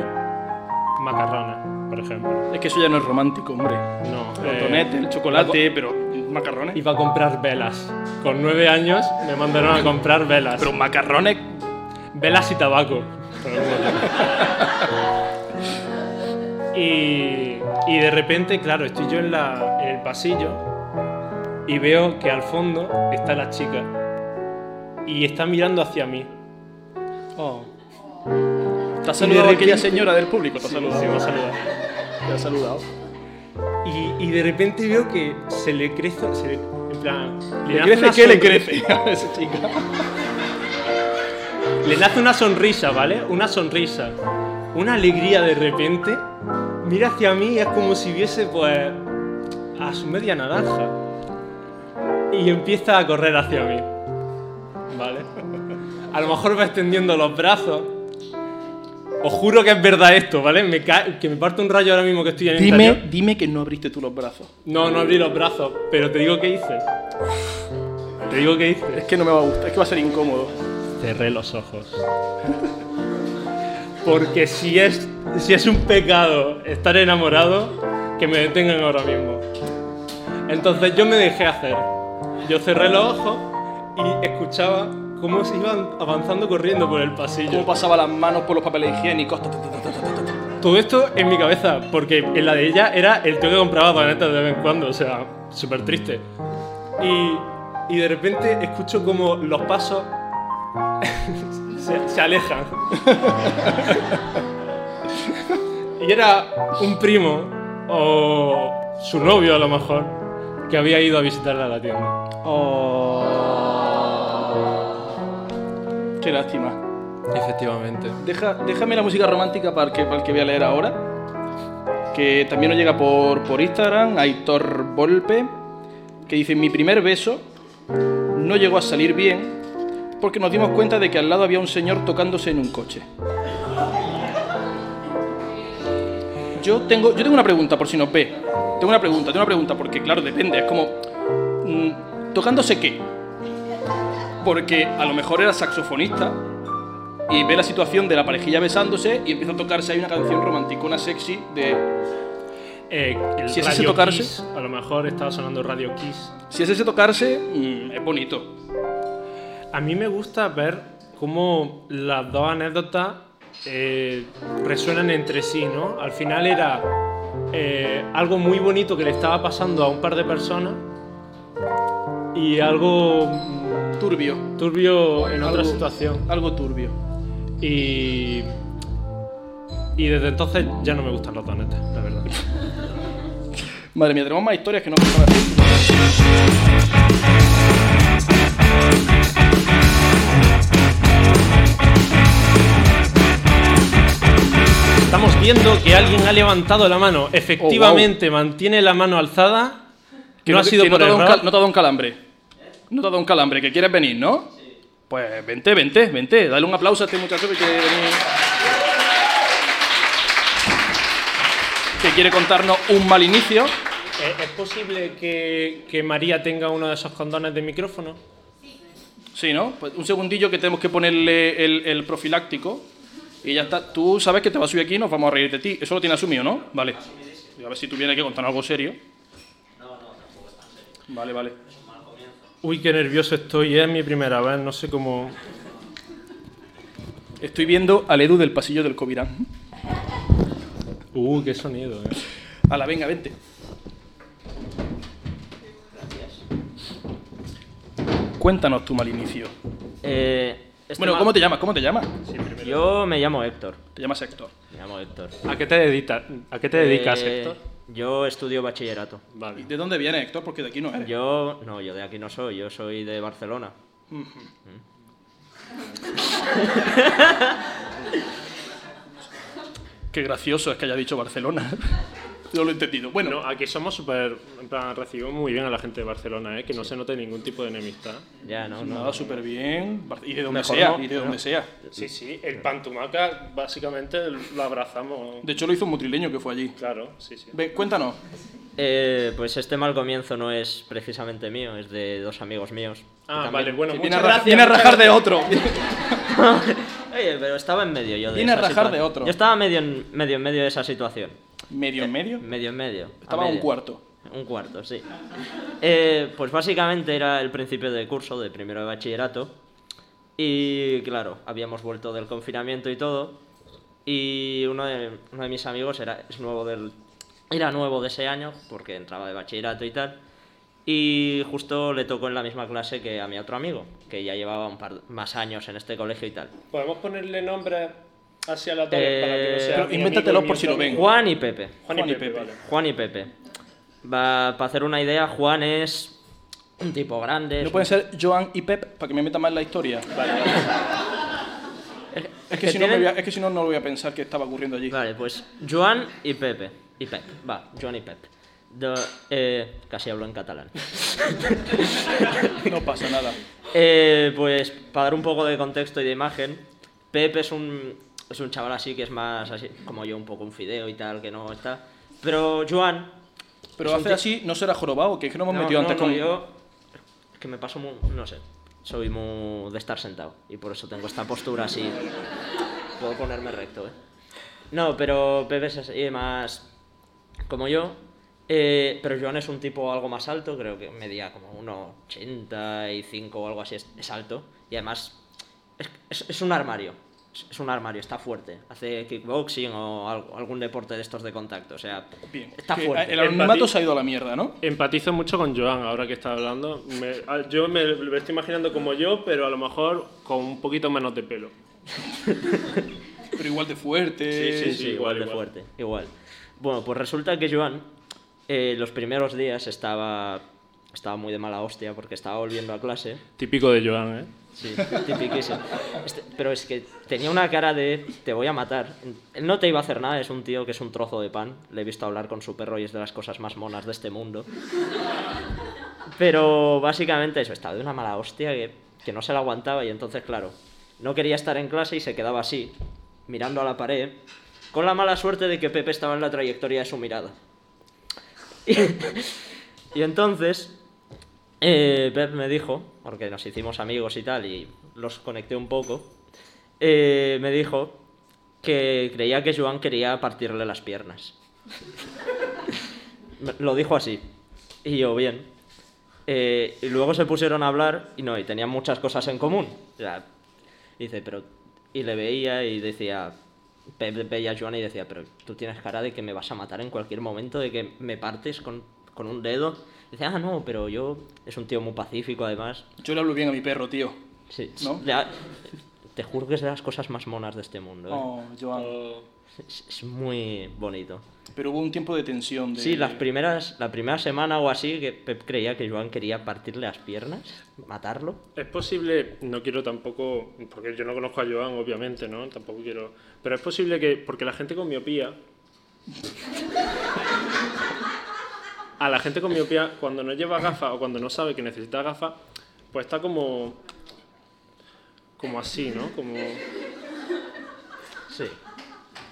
Speaker 1: macarrones, por ejemplo.
Speaker 2: Es que eso ya no es romántico, hombre.
Speaker 1: No,
Speaker 2: El
Speaker 1: eh,
Speaker 2: tonete, el chocolate, pero macarrones.
Speaker 1: Iba a comprar velas. Con nueve años me mandaron a comprar velas.
Speaker 2: Pero macarrones.
Speaker 1: Velas y tabaco. Pero bueno. y, y de repente, claro, estoy yo en, la, en el pasillo y veo que al fondo está la chica y está mirando hacia mí.
Speaker 2: Oh. Te ha saludado
Speaker 1: repente-
Speaker 2: aquella señora del público. Te ha
Speaker 1: Sí,
Speaker 2: saludado.
Speaker 1: sí, me ha saludado.
Speaker 2: Te ha saludado.
Speaker 1: Y, y de repente veo que se le crece, se le- en plan,
Speaker 2: ¿Le
Speaker 1: nace
Speaker 2: crece
Speaker 1: una
Speaker 2: qué le
Speaker 1: sonri-
Speaker 2: crece a esa chica?
Speaker 1: Le nace una sonrisa, ¿vale? Una sonrisa. Una alegría de repente. Mira hacia mí y es como si viese, pues, a su media naranja. Y empieza a correr hacia mí. ¿Vale? A lo mejor va extendiendo los brazos. Os juro que es verdad esto, ¿vale? Me ca- que me parte un rayo ahora mismo que estoy en el interior.
Speaker 2: Dime, dime que no abriste tú los brazos.
Speaker 1: No, no abrí los brazos, pero te digo qué hice. Te digo qué hice.
Speaker 2: Es que no me va a gustar, es que va a ser incómodo.
Speaker 1: Cerré los ojos. Porque si es, si es un pecado estar enamorado, que me detengan ahora mismo. Entonces yo me dejé hacer. Yo cerré los ojos y escuchaba cómo se iban avanzando corriendo por el
Speaker 2: ¿Cómo
Speaker 1: pasillo.
Speaker 2: pasaba las manos por los papeles higiénicos? Ta, ta, ta, ta, ta, ta, ta.
Speaker 1: Todo esto en mi cabeza, porque en la de ella era el tío que compraba donetas de vez en cuando, o sea, súper triste. Y, y de repente escucho como los pasos se, se alejan. y era un primo, o su novio a lo mejor, que había ido a visitarla a la tienda.
Speaker 2: Oh. Qué lástima.
Speaker 1: Efectivamente.
Speaker 2: Deja, déjame la música romántica para el que, para el que voy a leer ahora. que también nos llega por, por Instagram, Aitor Volpe, que dice, mi primer beso no llegó a salir bien porque nos dimos cuenta de que al lado había un señor tocándose en un coche. Yo tengo, yo tengo una pregunta, por si nos ve. Tengo una pregunta, tengo una pregunta, porque claro, depende, es como... mm, ¿Tocándose qué? Porque a lo mejor era saxofonista y ve la situación de la parejilla besándose y empieza a tocarse ahí una canción romanticona sexy de...
Speaker 1: Eh, el
Speaker 2: Si es ese
Speaker 1: Radio
Speaker 2: tocarse-
Speaker 1: Kiss, a lo mejor estaba sonando Radio Kiss.
Speaker 2: Si es ese tocarse, mm, es bonito.
Speaker 1: A mí me gusta ver cómo las dos anécdotas eh, resuenan entre sí, ¿no? Al final era eh, algo muy bonito que le estaba pasando a un par de personas y algo mm,
Speaker 2: Turbio.
Speaker 1: turbio en otra
Speaker 2: Algo-
Speaker 1: situación.
Speaker 2: Algo turbio.
Speaker 1: Y. Y desde entonces ya no me gustan los donetes, la verdad.
Speaker 2: Madre mía, tenemos más historias que no vamos a ver.
Speaker 1: Estamos viendo que alguien ha levantado la
Speaker 2: Oh,
Speaker 1: mano. Efectivamente, mantiene la mano alzada. Que no, ha
Speaker 2: te-
Speaker 1: sido
Speaker 2: que
Speaker 1: por
Speaker 2: no te ha dado un
Speaker 1: error.
Speaker 2: cal- no te ha dado un calambre. No te ha dado un calambre, que quieres venir, ¿no? Pues vente, vente, vente. Dale un aplauso a este muchacho que quiere venir. Que quiere contarnos un mal inicio.
Speaker 1: ¿Eh, ¿Es posible que, que María tenga uno de esos condones de micrófono?
Speaker 2: Sí, ¿no? Pues un segundillo que tenemos que ponerle el, el profiláctico. Y ya está. Tú sabes que te vas a subir aquí y nos vamos a reír de ti. Eso lo tienes asumido, ¿no? Vale. A ver si tú vienes aquí contando algo serio. Vale, vale.
Speaker 1: Uy, qué nervioso estoy, eh, es mi primera vez, no sé cómo.
Speaker 2: Estoy viendo al Edu del pasillo del Covirán.
Speaker 1: Uy, qué sonido, eh.
Speaker 2: A la venga, vente. Cuéntanos tu mal inicio.
Speaker 4: Eh, este
Speaker 2: Bueno,
Speaker 4: ma-
Speaker 2: ¿cómo te llamas? ¿Cómo te llamas?
Speaker 4: Yo me llamo Héctor.
Speaker 2: Te llamas Héctor.
Speaker 4: Me llamo Héctor.
Speaker 1: ¿A qué te dedicas? ¿A qué te dedicas,
Speaker 4: Eh,
Speaker 1: Héctor?
Speaker 4: Yo estudio bachillerato.
Speaker 2: ¿Y
Speaker 1: Vale.
Speaker 2: de dónde vienes, Héctor? Porque de aquí no eres.
Speaker 4: Yo, no, yo de aquí no soy, yo soy de Barcelona.
Speaker 2: Qué gracioso es que haya dicho Barcelona. no lo he entendido. Bueno,
Speaker 1: No, aquí somos súper. En plan, recibimos muy bien a la gente de Barcelona, ¿eh? Que no se note ningún tipo de enemistad.
Speaker 4: Ya, no, no.
Speaker 2: Pues nada, súper bien. Bar- Y de donde
Speaker 4: Mejor
Speaker 2: sea,
Speaker 4: no,
Speaker 2: y de donde sea.
Speaker 1: Sí, sí, el pantumaca básicamente lo abrazamos.
Speaker 2: De hecho, lo hizo un mutrileño que fue allí.
Speaker 1: Claro, sí, sí.
Speaker 2: Ven, cuéntanos.
Speaker 4: Eh, pues este mal comienzo no es precisamente mío, es de dos amigos míos. que
Speaker 1: Ah,
Speaker 4: también-
Speaker 1: vale, bueno,
Speaker 2: Viene a,
Speaker 1: muchas
Speaker 2: ra-
Speaker 1: gracias.
Speaker 2: viene a rajar de otro.
Speaker 4: Oye, pero estaba en medio yo de
Speaker 2: Viene a
Speaker 4: esa
Speaker 2: rajar
Speaker 4: situa-
Speaker 2: de otro.
Speaker 4: Yo estaba medio en medio, en medio de esa situación.
Speaker 2: ¿Medio en medio?
Speaker 4: Medio en medio. a
Speaker 2: Estaba un
Speaker 4: medio.
Speaker 2: cuarto.
Speaker 4: Un cuarto, sí. Eh, pues básicamente era el principio del curso de primero de bachillerato. Y claro, habíamos vuelto del confinamiento y todo. Y uno de, uno de mis amigos era, es nuevo del, era nuevo de ese año, porque entraba de bachillerato y tal. Y justo le tocó en la misma clase que a mi otro amigo, que ya llevaba un par más años en este colegio y tal.
Speaker 1: Podemos ponerle nombre hacia la torre para que no
Speaker 4: Eh,
Speaker 1: sea.
Speaker 2: pero
Speaker 1: mi
Speaker 2: invéntatelo
Speaker 1: amigo y
Speaker 2: por
Speaker 1: mi
Speaker 2: si lo
Speaker 1: otro
Speaker 2: ven.
Speaker 1: amigo.
Speaker 4: Juan y Pepe.
Speaker 1: Juan, y Pepe, vale.
Speaker 4: Juan y Pepe. Va, para hacer una idea, Juan es un tipo grande. es
Speaker 2: ¿No
Speaker 4: un
Speaker 2: pueden ser Joan y Pep para que me meta más en la historia? Es que, si no me
Speaker 4: tienen-
Speaker 2: voy a- es que si no, no voy a pensar que estaba ocurriendo allí.
Speaker 4: Vale, pues Joan y Pepe. Y Pep, va, Joan y Pep. Do- eh, casi hablo en catalán.
Speaker 2: No pasa nada.
Speaker 4: Eh, pues para dar un poco de contexto y de imagen, Pep es un, es un chaval así que es más así, como yo, un poco un fideo y tal, que no está. Pero Joan...
Speaker 2: Pero hace así, no será jorobado, que es que no hemos
Speaker 4: no,
Speaker 2: metido
Speaker 4: no,
Speaker 2: antes
Speaker 4: no,
Speaker 2: con.
Speaker 4: yo... Es que me paso muy... no sé. Soy muy de estar sentado y por eso tengo esta postura así. Puedo ponerme recto, ¿eh? No, pero Pepe es así, más como yo. eh, pero Joan es un tipo algo más alto, creo que medía como 1,85 o algo así, es, es alto. Y además es, es- es un armario, es, es un armario, está fuerte. Hace kickboxing o algo- algún deporte de estos de contacto, o sea,
Speaker 2: Bien.
Speaker 4: está
Speaker 2: Que
Speaker 4: fuerte.
Speaker 2: El
Speaker 1: Empatí-
Speaker 2: anonimato se ha ido a la mierda, ¿no?
Speaker 1: Empatizo mucho con Joan ahora que está hablando. Me- a- yo me lo estoy imaginando como yo, pero a lo mejor con un poquito menos de pelo.
Speaker 2: Pero igual de fuerte.
Speaker 1: Sí, sí, sí. igual,
Speaker 4: igual, de
Speaker 1: igual.
Speaker 4: fuerte, igual. Bueno, pues resulta que Joan eh, los primeros días estaba Estaba muy de mala hostia porque estaba volviendo a clase.
Speaker 1: Típico de Joan, ¿eh?
Speaker 4: Sí, tipiquísimo. Este- pero es que tenía una cara de te voy a matar. Él no te iba a hacer nada, es un tío que es un trozo de pan. Le he visto hablar con su perro y es de las cosas más monas de este mundo. Pero básicamente eso, estaba de una mala hostia que, que no se la aguantaba y entonces, claro, no quería estar en clase y se quedaba así, mirando a la pared, con la mala suerte de que Pepe estaba en la trayectoria de su mirada. Y, y entonces, eh, Pep me dijo, porque nos hicimos amigos y tal, y los conecté un poco, eh, me dijo que creía que Joan quería partirle las piernas. Me- Lo dijo así. Y yo, bien. Eh, y luego se pusieron a hablar y no, y tenían muchas cosas en común. O sea, dice, pero... Y le veía y decía... Pep veía a Joan y decía, pero tú tienes cara de que me vas a matar en cualquier momento, de que me partes con, con un dedo. Dice, ah, no, pero yo... Es un tío muy pacífico, además.
Speaker 2: Yo le hablo bien a mi perro, tío.
Speaker 4: Sí,
Speaker 2: ¿No?
Speaker 4: le ha- Te juro que es de las cosas más monas de este mundo. ¿eh?
Speaker 2: Oh, Joan.
Speaker 4: Es, es muy bonito.
Speaker 2: Pero hubo un tiempo de tensión. De...
Speaker 4: Sí, las primeras, la primera semana o así, que Pep creía que Joan quería partirle las piernas, matarlo.
Speaker 1: Es posible, no quiero tampoco, porque yo no conozco a Joan, obviamente, ¿no? Tampoco quiero. Pero es posible que, porque la gente con miopía. A la gente con miopía, cuando no lleva gafas o cuando no sabe que necesita gafas, pues está como. como así, ¿no? Como.
Speaker 4: Sí.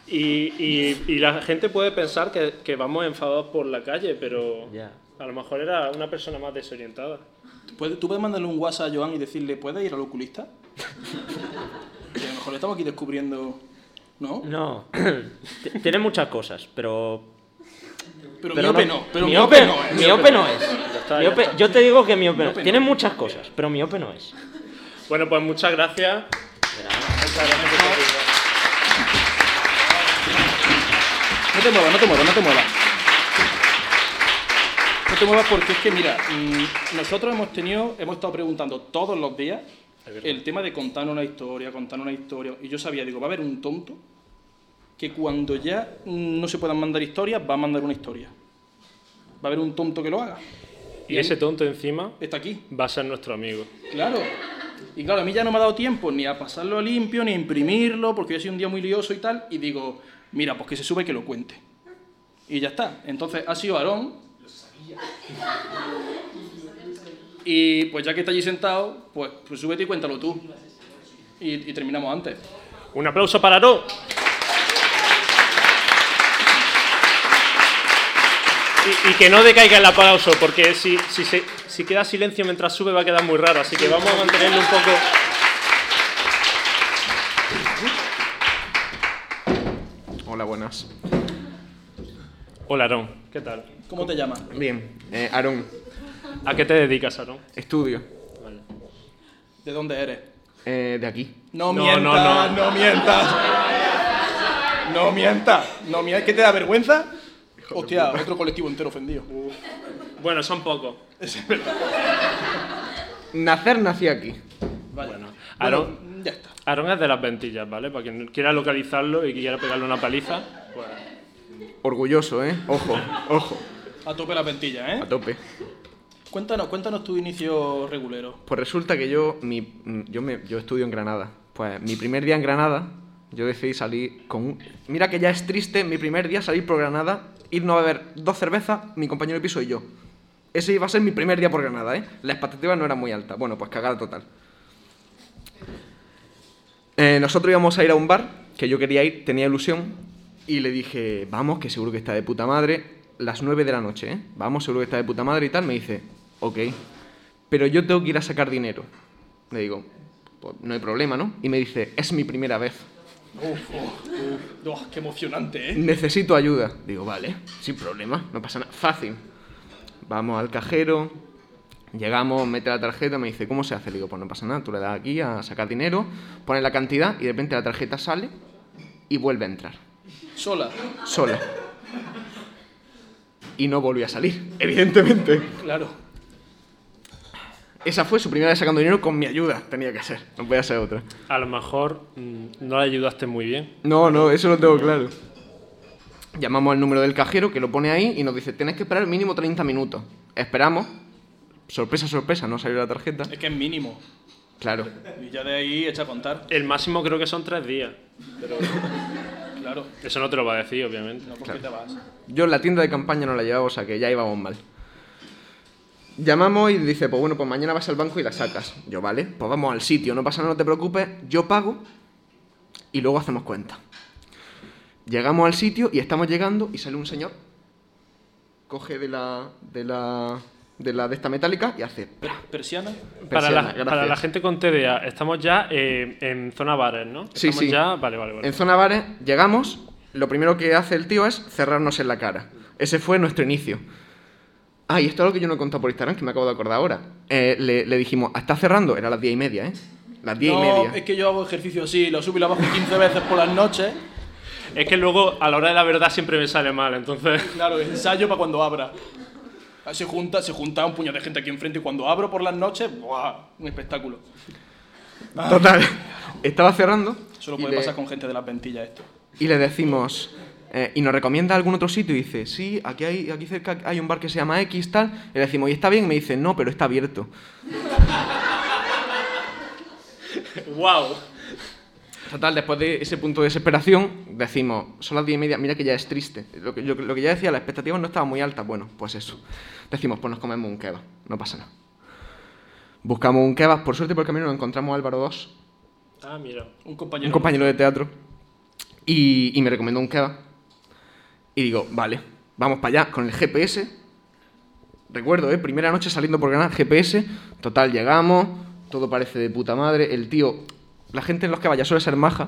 Speaker 1: Y, y- y la gente puede pensar que, que vamos enfadados por la calle, pero.
Speaker 4: Ya.
Speaker 1: A lo mejor era una persona más desorientada.
Speaker 2: ¿Tú puedes, tú puedes mandarle un WhatsApp a Joan y decirle, ¿puedes ir al oculista? que a lo mejor estamos aquí descubriendo. ¿No?
Speaker 4: No, T- tiene muchas cosas, pero...
Speaker 2: Pero,
Speaker 4: pero
Speaker 2: miope no. Pero
Speaker 4: miope,
Speaker 2: miope no ¿eh? es.
Speaker 4: miope no es.
Speaker 1: está, ya
Speaker 4: Miope-
Speaker 1: está.
Speaker 4: yo te digo que miope, no-
Speaker 2: Miope no.
Speaker 4: Tiene muchas cosas, pero miope no es.
Speaker 1: Bueno, pues muchas gracias. Muchas gracias.
Speaker 2: No te muevas, no te muevas, no te muevas. No te muevas porque es que, mira, mm, nosotros hemos tenido, hemos estado preguntando todos los días el tema de contar una historia, contar una historia. Y yo sabía, digo, va a haber un tonto que cuando ya mm, no se puedan mandar historias, va a mandar una historia. Va a haber un tonto que lo haga.
Speaker 1: Y ese tonto encima
Speaker 2: Está aquí,
Speaker 1: va a ser nuestro amigo.
Speaker 2: claro. Y claro, a mí ya no me ha dado tiempo ni a pasarlo a limpio, ni a imprimirlo, porque yo soy un día muy lioso y tal. Y digo, mira, pues que se sube que lo cuente. Y ya está. Entonces ha sido Aarón. Y pues ya que está allí sentado, pues, pues súbete y cuéntalo tú. Y, y terminamos antes.
Speaker 1: Un aplauso para Aro. Y, y que no decaiga el aplauso, porque si, si, se- si queda silencio mientras sube va a quedar muy raro, así que vamos a mantenerlo un poco.
Speaker 5: Hola, buenas.
Speaker 1: Hola, Aarón. ¿Qué tal?
Speaker 2: ¿Cómo te llamas?
Speaker 5: Bien, eh, Aarón,
Speaker 1: ¿A qué te dedicas, Aarón?
Speaker 5: estudio.
Speaker 2: ¿De dónde eres?
Speaker 5: Eh, de aquí.
Speaker 2: No,
Speaker 1: No,
Speaker 2: mientas,
Speaker 1: no,
Speaker 2: no,
Speaker 1: no.
Speaker 2: mientas. No mientas. No mientas. ¿Qué te da vergüenza? Hostia, otro colectivo entero ofendido.
Speaker 1: Bueno, son pocos.
Speaker 5: Nacer nací aquí.
Speaker 2: Vaya.
Speaker 1: Aarón,
Speaker 2: Bueno, ya está.
Speaker 1: Aarón es de las ventillas, ¿vale? Para quien quiera localizarlo y quiera pegarle una paliza. pues-
Speaker 5: Orgulloso, ¿eh? Ojo, ojo,
Speaker 2: A tope la ventilla, ¿eh?
Speaker 5: a tope.
Speaker 2: Cuéntanos, cuéntanos tu inicio regulero.
Speaker 5: Pues resulta que yo, mi, mm, yo, me, yo estudio en Granada. Pues mi primer día en Granada, yo decidí salir con... un- Mira que ya es triste mi primer día salir por Granada, irnos a beber dos cervezas, mi compañero de piso y yo. Ese iba a ser mi primer día por Granada, ¿eh? La expectativa no era muy alta. Bueno, pues cagada total. Eh, nosotros íbamos a ir a un bar, que yo quería ir, tenía ilusión, y le dije, vamos, que seguro que está de puta madre, las 9 de la noche, ¿eh? Vamos, seguro que está de puta madre y tal. Me dice, ok, pero yo tengo que ir a sacar dinero. Le digo, pues no hay problema, ¿no? Y me dice, es mi primera vez,
Speaker 2: Uf, uf, uf. Uah, qué emocionante, ¿eh?
Speaker 5: necesito ayuda. Digo, vale, sin problema, no pasa nada, fácil. Vamos al cajero, llegamos, mete la tarjeta, me dice, ¿cómo se hace? Le digo, pues no pasa nada, tú le das aquí a sacar dinero, pones la cantidad y de repente la tarjeta sale y vuelve a entrar.
Speaker 2: Sola.
Speaker 5: sola. Y no volvió a salir, evidentemente.
Speaker 2: Claro.
Speaker 5: Esa fue su primera vez sacando dinero con mi ayuda, tenía que ser, no podía ser otra.
Speaker 1: A lo mejor mm, no le ayudaste muy bien.
Speaker 5: No, no, eso lo tengo claro. Llamamos al número del cajero que lo pone ahí y nos dice, tenés que esperar mínimo 30 minutos. Esperamos, sorpresa, sorpresa, no salió la tarjeta.
Speaker 2: Es que es mínimo.
Speaker 5: Claro.
Speaker 2: Y ya de ahí echa a contar.
Speaker 1: El máximo creo que son tres días.
Speaker 2: Pero, claro,
Speaker 1: Eso no te lo va a decir, obviamente.
Speaker 2: no, ¿por qué te vas?
Speaker 5: Yo la tienda de campaña no la llevaba, o sea que ya íbamos mal. Llamamos y dice, pues bueno, pues mañana vas al banco y la sacas. Yo, vale, pues vamos al sitio, no pasa nada, no te preocupes, yo pago y luego hacemos cuenta. Llegamos al sitio y estamos llegando y sale un señor, coge de la, de la, de la de esta metálica y hace...
Speaker 2: Per- ¿Persiana?
Speaker 1: Para la, para
Speaker 5: persiana,
Speaker 1: la
Speaker 5: Pues gracias.
Speaker 1: gente con TDA, estamos ya eh, en zona bares, ¿no?
Speaker 5: Sí,
Speaker 1: Estamos
Speaker 5: sí.
Speaker 1: ya- vale, vale, vale.
Speaker 5: En zona bares llegamos, lo primero que hace el tío es cerrarnos en la cara. Ese fue nuestro inicio. Ah, y esto es algo que yo no he contado por Instagram, que me acabo de acordar ahora. Eh, le, le dijimos, está cerrando, era las diez y media, ¿eh? Las diez y
Speaker 2: No,
Speaker 5: media.
Speaker 2: es que yo hago ejercicio así, lo subo y lo bajo 15 veces por las noches.
Speaker 1: Es que luego, a la hora de la verdad, siempre me sale mal, entonces...
Speaker 2: Claro, el ensayo para cuando abra. Ah, Se junta, se junta un puñado de gente aquí enfrente y cuando abro por las noches, ¡buah! Un espectáculo.
Speaker 5: Total, estaba cerrando.
Speaker 2: Solo
Speaker 5: y
Speaker 2: puede
Speaker 5: le-
Speaker 2: pasar con gente de las ventillas esto.
Speaker 5: Y le decimos, eh, ¿y nos recomienda algún otro sitio? Y dice, sí, aquí, hay, aquí cerca hay un bar que se llama X, tal. Y le decimos, ¿y está bien? Y me dice, no, pero está abierto.
Speaker 1: ¡Wow!
Speaker 5: Total, después de ese punto de desesperación, decimos, son las 10 y media, mira que ya es triste. Lo que, yo- lo que ya decía, la expectativa no estaba muy alta. Bueno, pues eso. Decimos, pues nos comemos un kebab, no pasa nada. Buscamos un kebab, por suerte por el camino nos encontramos a Álvaro 2,
Speaker 1: Ah, mira.
Speaker 2: Un compañero.
Speaker 5: un compañero de teatro, y, y me recomendó un kebab. Y digo, vale, vamos para allá con el GPS. Recuerdo, ¿eh? primera noche saliendo por Granada, GPS, total, llegamos, todo parece de puta madre, el tío, la gente en los caballos suele ser maja,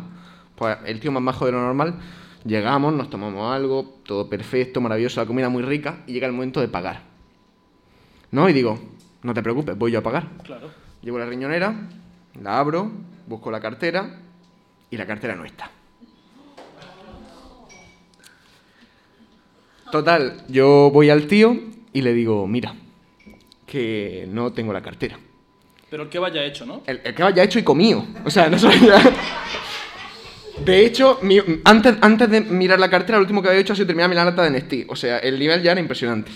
Speaker 5: pues el tío más majo de lo normal, llegamos, nos tomamos algo, todo perfecto, maravilloso, la comida muy rica, y llega el momento de pagar. ¿No? Y digo, no te preocupes, voy yo a pagar.
Speaker 2: Claro.
Speaker 5: Llevo la riñonera, la abro, busco la cartera y la cartera no está. Total, yo voy al tío y le digo, mira, que no tengo la cartera.
Speaker 2: Pero el que vaya hecho, ¿no?
Speaker 5: El, el kebab ya hecho y comido. O sea, no soy De hecho, mi- antes, antes de mirar la cartera, lo último que había hecho ha sido terminar mi lata de Nestí. O sea, el nivel ya era impresionante.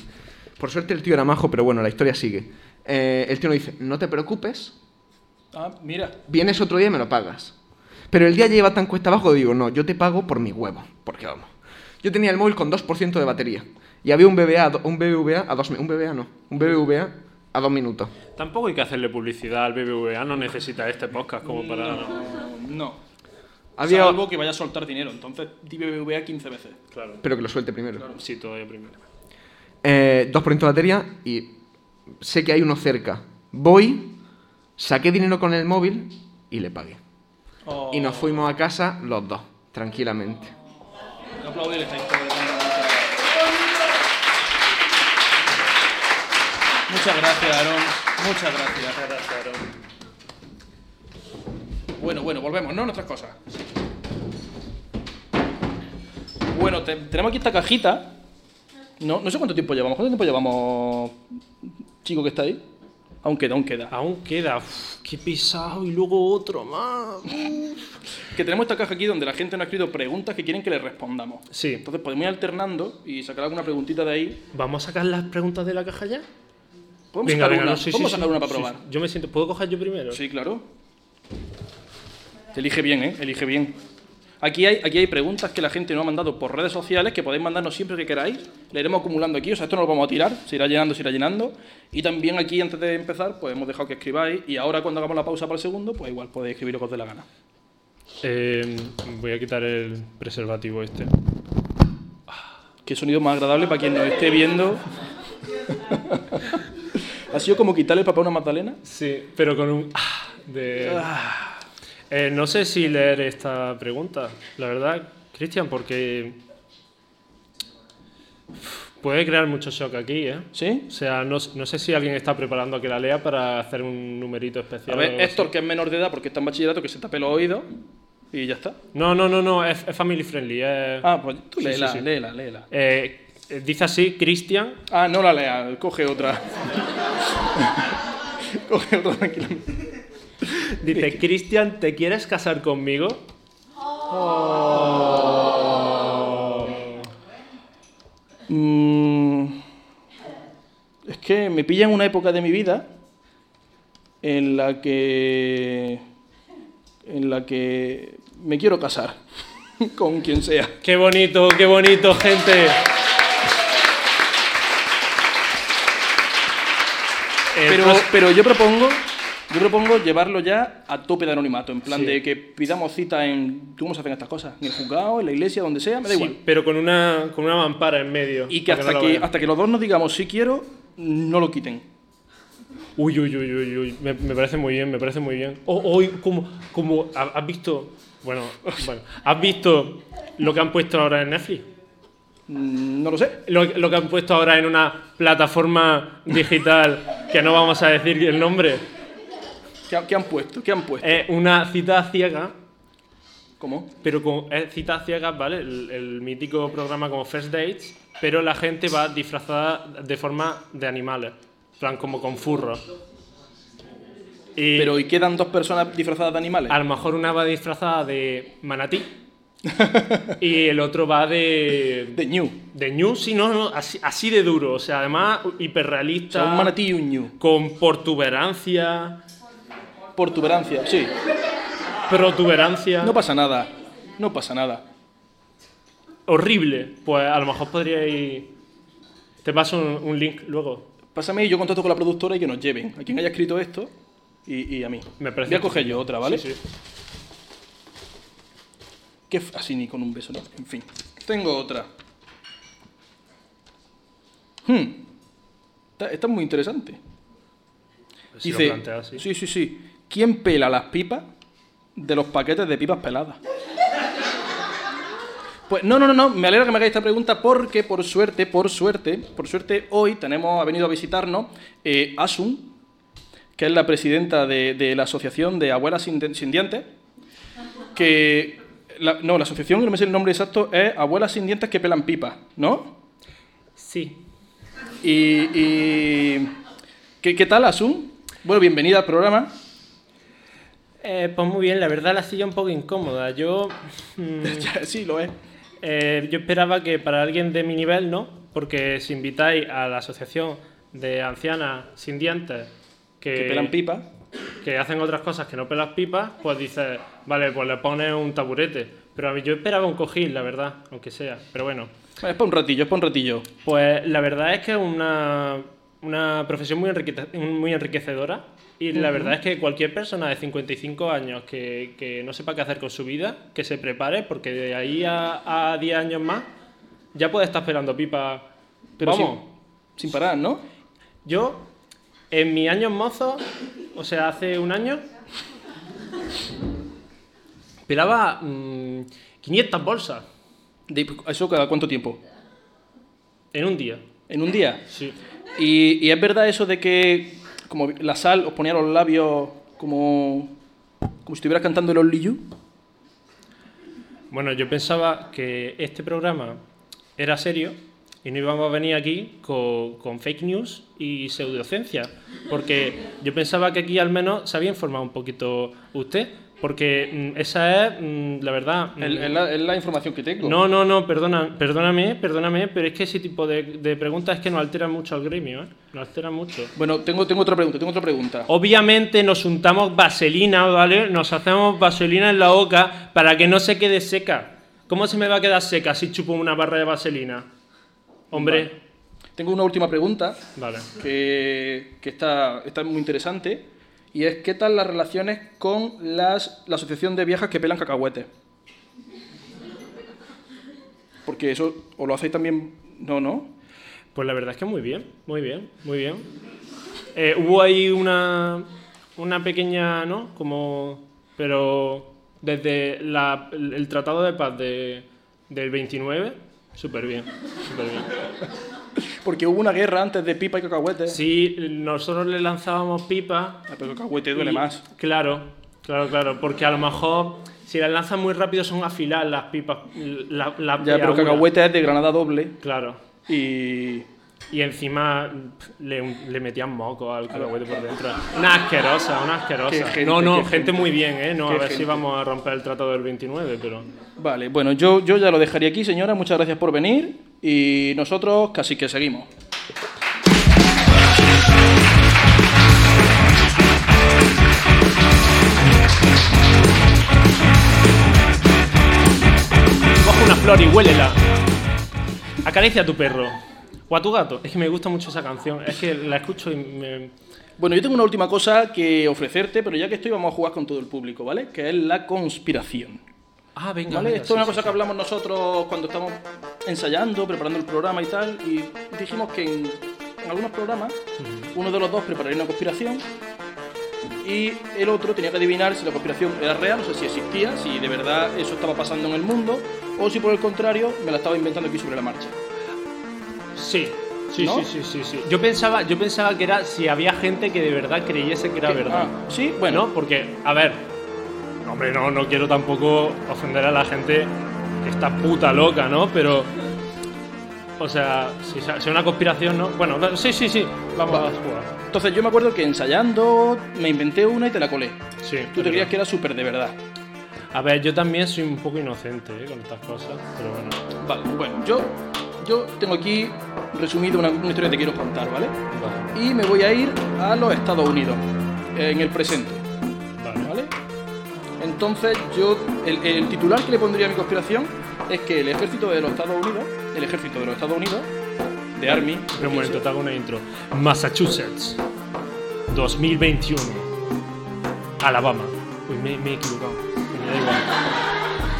Speaker 5: Por suerte el tío era majo, pero bueno, la historia sigue. Eh, el tío nos dice, no te preocupes,
Speaker 2: Ah, mira.
Speaker 5: vienes otro día y me lo pagas. Pero el día ya iba tan cuesta abajo, digo, no, yo te pago por mi huevo, porque vamos. Yo tenía el móvil con 2% de batería y había un BBA, a do- un BBVA a dos mi- un BBA no, un BBVA a dos minutos.
Speaker 1: Tampoco hay que hacerle publicidad al BBVA, no necesita este podcast como para...
Speaker 2: No. no.
Speaker 5: Había
Speaker 2: Salvo que vaya a soltar dinero, entonces di BBVA 15 veces.
Speaker 1: Claro.
Speaker 5: pero que lo suelte primero.
Speaker 1: Sí, todavía primero.
Speaker 5: Eh, 2% de batería y sé que hay uno cerca. Voy, saqué dinero con el móvil y le pagué.
Speaker 2: Oh,
Speaker 5: Y nos fuimos a casa los dos, tranquilamente.
Speaker 2: un aplaudir esta historia. Muchas gracias, Aaron. Muchas gracias. Bueno, bueno, volvemos, ¿no? Nuestras cosas. Bueno, te- tenemos aquí esta cajita. No, no sé cuánto tiempo llevamos. ¿Cuánto tiempo llevamos, chico que está ahí? Aún queda, aún queda.
Speaker 1: Aún queda... Uf, qué pisado y luego otro más.
Speaker 2: Que tenemos esta caja aquí donde la gente nos ha escrito preguntas que quieren que les respondamos.
Speaker 1: Sí.
Speaker 2: Entonces podemos ir alternando y sacar alguna preguntita de ahí.
Speaker 1: ¿Vamos a sacar las preguntas de la caja ya?
Speaker 2: Podemos sacar una,
Speaker 1: no, sí,
Speaker 2: podemos
Speaker 1: sí,
Speaker 2: sacar
Speaker 1: sí,
Speaker 2: una para
Speaker 1: sí,
Speaker 2: probar.
Speaker 1: sí. Yo me siento... ¿Puedo coger yo primero?
Speaker 2: Sí, claro. Elige bien, ¿eh? Elige bien. Aquí hay, aquí hay preguntas que la gente nos ha mandado por redes sociales, que podéis mandarnos siempre que queráis. Le iremos acumulando aquí, o sea, esto no lo vamos a tirar, se irá llenando, se irá llenando. Y también aquí, antes de empezar, pues hemos dejado que escribáis. Y ahora, cuando hagamos la pausa para el segundo, pues igual podéis escribir lo que os dé la gana.
Speaker 1: Eh, voy a quitar el preservativo este.
Speaker 2: Qué sonido más agradable para quien nos esté viendo. ha sido como quitarle el papel a una magdalena.
Speaker 1: Sí, pero con un... ah, de... Eh, no sé si leer esta pregunta, la verdad, Cristian, porque... Uf, Puede crear mucho shock aquí, ¿eh?
Speaker 2: ¿Sí?
Speaker 1: O sea, no, no sé si alguien está preparando a que la lea para hacer un numerito especial.
Speaker 2: A
Speaker 1: o
Speaker 2: ver,
Speaker 1: algo así.
Speaker 2: Héctor, que es menor de edad porque está en bachillerato, que se tape los oídos. Y ya está.
Speaker 1: No, no, no, no, es, es family friendly. es-
Speaker 2: Ah, pues tú
Speaker 1: Sí,
Speaker 2: léela,
Speaker 1: sí, sí.
Speaker 2: léela, léela.
Speaker 1: Eh, eh, dice así, Cristian,
Speaker 2: Ah, no la lea, coge otra. coge otra tranquilamente.
Speaker 1: dice, Cristian, ¿te quieres casar conmigo?
Speaker 2: Mm, es que me pilla en una época de mi vida en la que. en la que me quiero casar con quien sea.
Speaker 1: Qué bonito, qué bonito, gente. El
Speaker 2: Pero,
Speaker 1: pros-
Speaker 2: pero yo propongo. Yo propongo llevarlo ya a tope de anonimato, en plan
Speaker 1: Sí.
Speaker 2: de que pidamos cita en. ¿Cómo se hacen estas cosas? En el juzgado, en la iglesia, donde sea, me
Speaker 1: sí,
Speaker 2: da igual.
Speaker 1: pero con una, con una mampara en medio.
Speaker 2: Y que
Speaker 1: para
Speaker 2: hasta
Speaker 1: no lo
Speaker 2: que,
Speaker 1: vean.
Speaker 2: hasta que los dos nos digamos si quiero, no lo quiten.
Speaker 1: Uy, uy, uy, uy, uy. Me, me parece muy bien, me parece muy bien. O- Hoy, como, como ha- has visto. Bueno, bueno, ¿has visto lo que han puesto ahora en Netflix?
Speaker 2: Mm, No lo sé.
Speaker 1: Lo, lo que han puesto ahora en una plataforma digital que no vamos a decir el nombre.
Speaker 2: ¿Qué, ha- qué han puesto? ¿Qué han puesto?
Speaker 1: Es una cita ciega, Eh,
Speaker 2: ¿Cómo?
Speaker 1: pero con es cita ciega, ¿vale? El, el mítico programa como First Dates, pero la gente va disfrazada de forma de animales. en plan, como con furros. Y
Speaker 2: Pero ¿y quedan dos personas disfrazadas de animales?
Speaker 1: a lo mejor una va disfrazada de manatí y el otro va de.
Speaker 2: De ñu.
Speaker 1: de ñu, sí, no, no, así, así de duro. O sea, además
Speaker 2: O
Speaker 1: hiperrealista.
Speaker 2: sea, un manatí y un ñu.
Speaker 1: con protuberancia,
Speaker 2: Portuberancia, sí.
Speaker 1: protuberancia,
Speaker 2: No pasa nada. No pasa nada.
Speaker 1: horrible. Pues a lo mejor podríais. Te paso un, un link luego.
Speaker 2: Pásame y yo contacto con la productora y que nos lleven. A quien haya escrito esto y, y a mí.
Speaker 1: Me parece
Speaker 2: Voy a coger yo otra, ¿vale?
Speaker 1: Sí, sí.
Speaker 2: Que f- así ni con un beso, no. En fin. Tengo otra. Hmm. Esta, esta es muy interesante.
Speaker 1: Si lo planteas así.
Speaker 2: sí, sí, sí. ¿Quién pela las pipas de los paquetes de pipas peladas? Pues no, no, no, no, me alegra que me hagáis esta pregunta porque por suerte, por suerte, por suerte hoy tenemos, ha venido a visitarnos eh, Asun, que es la presidenta de, de la Asociación de Abuelas sin, Dien- Sin Dientes, que... la- no, la asociación, no me sé el nombre exacto, es Abuelas sin Dientes que pelan pipas, ¿no?
Speaker 1: Sí.
Speaker 2: Y... y- ¿qué, ¿Qué tal, Asun? Bueno, bienvenida al programa.
Speaker 1: Eh, pues muy bien, la verdad la silla un poco incómoda. Yo, mm,
Speaker 2: Ya, sí, lo es.
Speaker 1: eh, yo esperaba que para alguien de mi nivel, ¿no? Porque si invitáis a la asociación de ancianas sin dientes que,
Speaker 2: Que pelan pipas.
Speaker 1: que hacen otras cosas que no pelas pipas, pues dices, vale, pues le pones un taburete. Pero a mí yo esperaba un cojín, la verdad, aunque sea. Pero bueno,
Speaker 2: Bueno, es para un ratillo, es para un ratillo.
Speaker 1: pues la verdad es que es una, una profesión muy, enriquete- muy enriquecedora. Y la verdad es que cualquier persona de 55 años que, que no sepa qué hacer con su vida, que se prepare, porque de ahí a, a 10 años más ya puede estar pelando pipas.
Speaker 2: Pero
Speaker 1: Vamos,
Speaker 2: Sin parar, ¿no?
Speaker 1: yo en mis años mozos, o sea, hace un año, pelaba mm, 500 bolsas
Speaker 2: De- ¿Eso cada cuánto tiempo?
Speaker 1: en un día.
Speaker 2: ¿En un día?
Speaker 1: Sí.
Speaker 2: Y, y es verdad eso de que como la sal os ponía los labios como, como si estuvieras cantando el Only You?
Speaker 1: Bueno, yo pensaba que este programa era serio y no íbamos a venir aquí con, con fake news y pseudociencia, porque yo pensaba que aquí al menos se había informado un poquito usted, porque mm, esa es mm, la verdad. mm,
Speaker 2: Es es la, es la información que tengo.
Speaker 1: No, no, no, perdona, perdóname, perdóname, pero es que ese tipo de, de preguntas es que nos alteran mucho al gremio, ¿eh? Nos alteran mucho.
Speaker 2: Bueno, tengo, tengo otra pregunta, tengo otra pregunta.
Speaker 1: Obviamente nos untamos vaselina, ¿vale? Nos hacemos vaselina en la boca para que no se quede seca. ¿Cómo se me va a quedar seca si chupo una barra de vaselina? Hombre,
Speaker 2: Tengo una última pregunta
Speaker 1: vale.
Speaker 2: que, que está, está muy interesante y es ¿qué tal las relaciones con las, la asociación de viejas que pelan cacahuetes? Porque eso, o lo hacéis también, no, no.
Speaker 1: Pues la verdad es que muy bien, muy bien, muy bien. Eh, hubo ahí una, una pequeña, ¿no? Como, pero desde la- el el Tratado de Paz de, del 29, súper bien, súper bien.
Speaker 2: Porque hubo una guerra antes de pipa y cacahuete.
Speaker 1: Sí, nosotros le lanzábamos pipas
Speaker 2: Ah, pero cacahuete duele
Speaker 1: Y-
Speaker 2: más.
Speaker 1: Claro, claro, claro, porque a lo mejor si las lanzas muy rápido son afilar las pipas. La, la-
Speaker 2: Ya, pero
Speaker 1: agudas.
Speaker 2: cacahuete es de granada doble
Speaker 1: Claro.
Speaker 2: y...
Speaker 1: Y encima pff, le, le metían moco al cacahuete por dentro. Una asquerosa, una asquerosa.
Speaker 2: Qué gente,
Speaker 1: no, no,
Speaker 2: qué
Speaker 1: gente,
Speaker 2: gente.
Speaker 1: muy bien, ¿eh? No, a
Speaker 2: Qué
Speaker 1: ver si
Speaker 2: gente.
Speaker 1: vamos a romper el tratado del 29, pero.
Speaker 2: Vale, bueno, yo, yo ya lo dejaría aquí, señora. Muchas gracias por venir y nosotros casi que seguimos.
Speaker 1: flor y huélela. Acaricia a tu perro. O a tu gato. Es que me gusta mucho esa canción. Es que la escucho y me...
Speaker 2: Bueno, yo tengo una última cosa que ofrecerte, pero ya que estoy, vamos a jugar con todo el público, ¿vale? Que es la conspiración.
Speaker 1: Ah, venga.
Speaker 2: ¿Vale?
Speaker 1: venga,
Speaker 2: Esto es una
Speaker 1: sí,
Speaker 2: cosa que hablamos nosotros cuando estamos ensayando, preparando el programa y tal, y dijimos que en, en algunos programas uno de los dos prepararía una conspiración y el otro tenía que adivinar si la conspiración era real, o sea, si existía, si de verdad eso estaba pasando en el mundo, o si por el contrario me la estaba inventando aquí sobre la marcha.
Speaker 1: Sí. Sí,
Speaker 2: ¿No?
Speaker 1: sí, sí, sí, sí. Yo pensaba, yo pensaba que era si había gente que de verdad creyese que era verdad.
Speaker 2: Ah, sí, bueno,
Speaker 1: Bueno, porque, a ver, no, hombre, no, no quiero tampoco ofender a la gente que está puta loca, ¿no? Pero, o sea, si es una conspiración, ¿no? Bueno, no, sí, sí, sí, vamos
Speaker 2: Vale.
Speaker 1: a jugar.
Speaker 2: entonces yo me acuerdo que ensayando me inventé una y te la colé.
Speaker 1: Sí.
Speaker 2: Tú te creías que era súper de verdad.
Speaker 1: A ver, yo también soy un poco inocente ¿eh? con estas cosas, pero bueno.
Speaker 2: Vale, bueno, yo, yo tengo aquí resumido una, una historia que te quiero contar, ¿vale?
Speaker 1: Vale,
Speaker 2: Y me voy a ir a los Estados Unidos, en el presente,
Speaker 1: vale.
Speaker 2: ¿vale? Entonces yo, el, el titular que le pondría a mi conspiración es que el ejército de los Estados Unidos, el ejército de los Estados Unidos, de Army,
Speaker 1: Pero un momento, te hago una intro. Massachusetts, 2021. Alabama. Uy, me, me he equivocado. Da igual.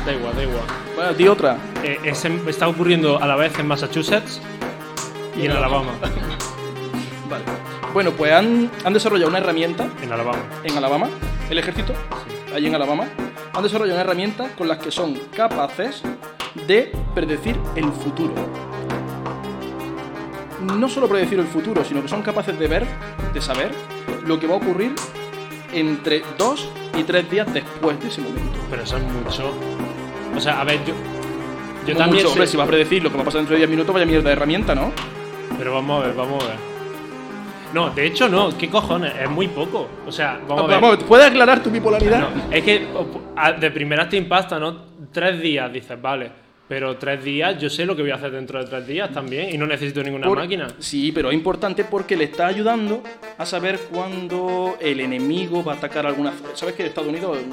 Speaker 1: Da igual, da igual.
Speaker 2: bueno, di otra,
Speaker 1: Eh, es en- está ocurriendo a la vez en Massachusetts y en Alabama.
Speaker 2: vale. Bueno, pues han, han desarrollado una herramienta
Speaker 1: En Alabama.
Speaker 2: en Alabama, el ejército, allí en Alabama, han desarrollado una herramienta con las que son capaces de predecir el futuro. No solo predecir el futuro, sino que son capaces de ver, de saber, lo que va a ocurrir entre dos y tres días después de ese momento.
Speaker 1: Pero eso es mucho. O sea, a ver, yo. Yo
Speaker 2: No
Speaker 1: también.
Speaker 2: mucho,
Speaker 1: sé-
Speaker 2: hombre, si va a predecir lo que va a pasar dentro de 10 minutos, vaya mierda de herramienta, ¿no?
Speaker 1: Pero vamos a ver, vamos a ver. No, de hecho no, ¿qué cojones? Es muy poco. O sea, vamos a ver.
Speaker 2: Vamos, ¿puedes aclarar tu bipolaridad?
Speaker 1: No, es que o- a- de primeras te impacta, ¿no? Tres días, dices, vale. Pero tres días, yo sé lo que voy a hacer dentro de tres días también y no necesito ninguna
Speaker 2: Por-
Speaker 1: máquina.
Speaker 2: Sí, pero es importante porque le está ayudando a saber cuándo el enemigo va a atacar alguna. ¿Sabes que Estados Unidos, eh,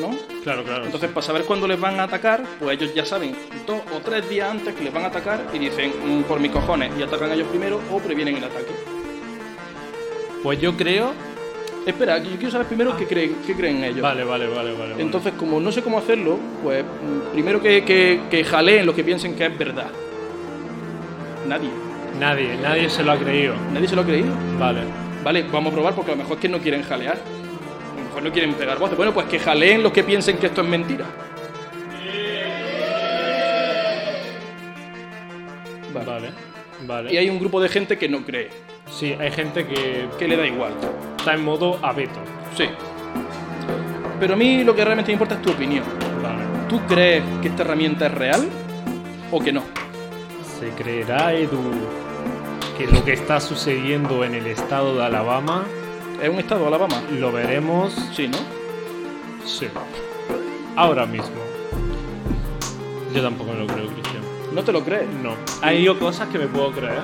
Speaker 2: no?
Speaker 1: Claro, claro.
Speaker 2: Entonces, para saber cuándo les van a atacar, pues ellos ya saben dos o tres días antes que les van a atacar y dicen, "Mm, por mis cojones, y atacan a ellos primero o previenen el ataque.
Speaker 1: pues yo creo.
Speaker 2: Espera, que yo quiero saber primero qué creen, qué creen ellos.
Speaker 1: Ah. Vale, vale, vale, vale. vale.
Speaker 2: Entonces, como no sé cómo hacerlo, pues mm, primero que, que, que jaleen los que piensen que es verdad. Nadie.
Speaker 1: Nadie, nadie se lo ha creído.
Speaker 2: Nadie se lo ha creído.
Speaker 1: Vale.
Speaker 2: Vale, vamos a probar porque a lo mejor es que no quieren jalear. A lo mejor no quieren pegar voces. Bueno, pues que jaleen los que piensen que esto es mentira. Vale.
Speaker 1: Vale. Vale.
Speaker 2: Y hay un grupo de gente que no cree,
Speaker 1: Sí, hay gente que
Speaker 2: que le da igual.
Speaker 1: está en modo abeto.
Speaker 2: Sí. Pero a mí lo que realmente me importa es tu opinión.
Speaker 1: Vale.
Speaker 2: ¿Tú crees que esta herramienta es real o que no?
Speaker 1: Se creerá, Edu, que lo que está sucediendo en el estado de Alabama
Speaker 2: ¿Es un estado, Alabama?
Speaker 1: lo veremos.
Speaker 2: Sí, ¿no?
Speaker 1: Sí. Ahora mismo. Yo tampoco me lo creo, Cristian.
Speaker 2: ¿No te lo crees?
Speaker 1: No. Hay yo cosas que me puedo creer.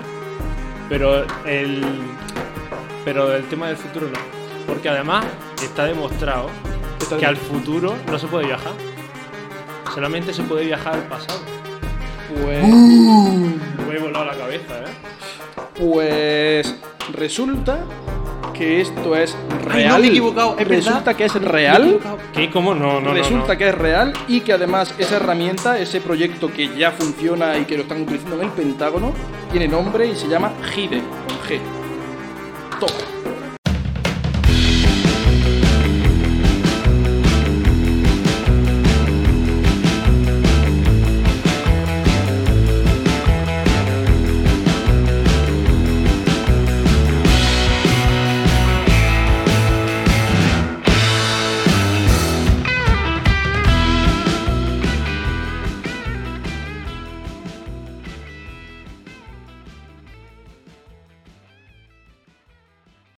Speaker 1: Pero el. Pero el tema del futuro no. Porque además está demostrado
Speaker 2: Está
Speaker 1: que
Speaker 2: bien.
Speaker 1: al futuro no se puede viajar. Solamente se puede viajar al pasado.
Speaker 2: Pues,
Speaker 1: Me he volado la cabeza, ¿eh?
Speaker 2: pues resulta que esto es real.
Speaker 5: Ay, no, me he equivocado, es
Speaker 2: resulta
Speaker 5: verdad.
Speaker 2: que es real.
Speaker 1: ¿Qué? ¿Cómo? No, no, no,
Speaker 2: resulta
Speaker 1: no.
Speaker 2: que es real y que además esa herramienta, ese proyecto que ya funciona y que lo están utilizando en el Pentágono, tiene nombre y se llama GIDE, con G. Toma.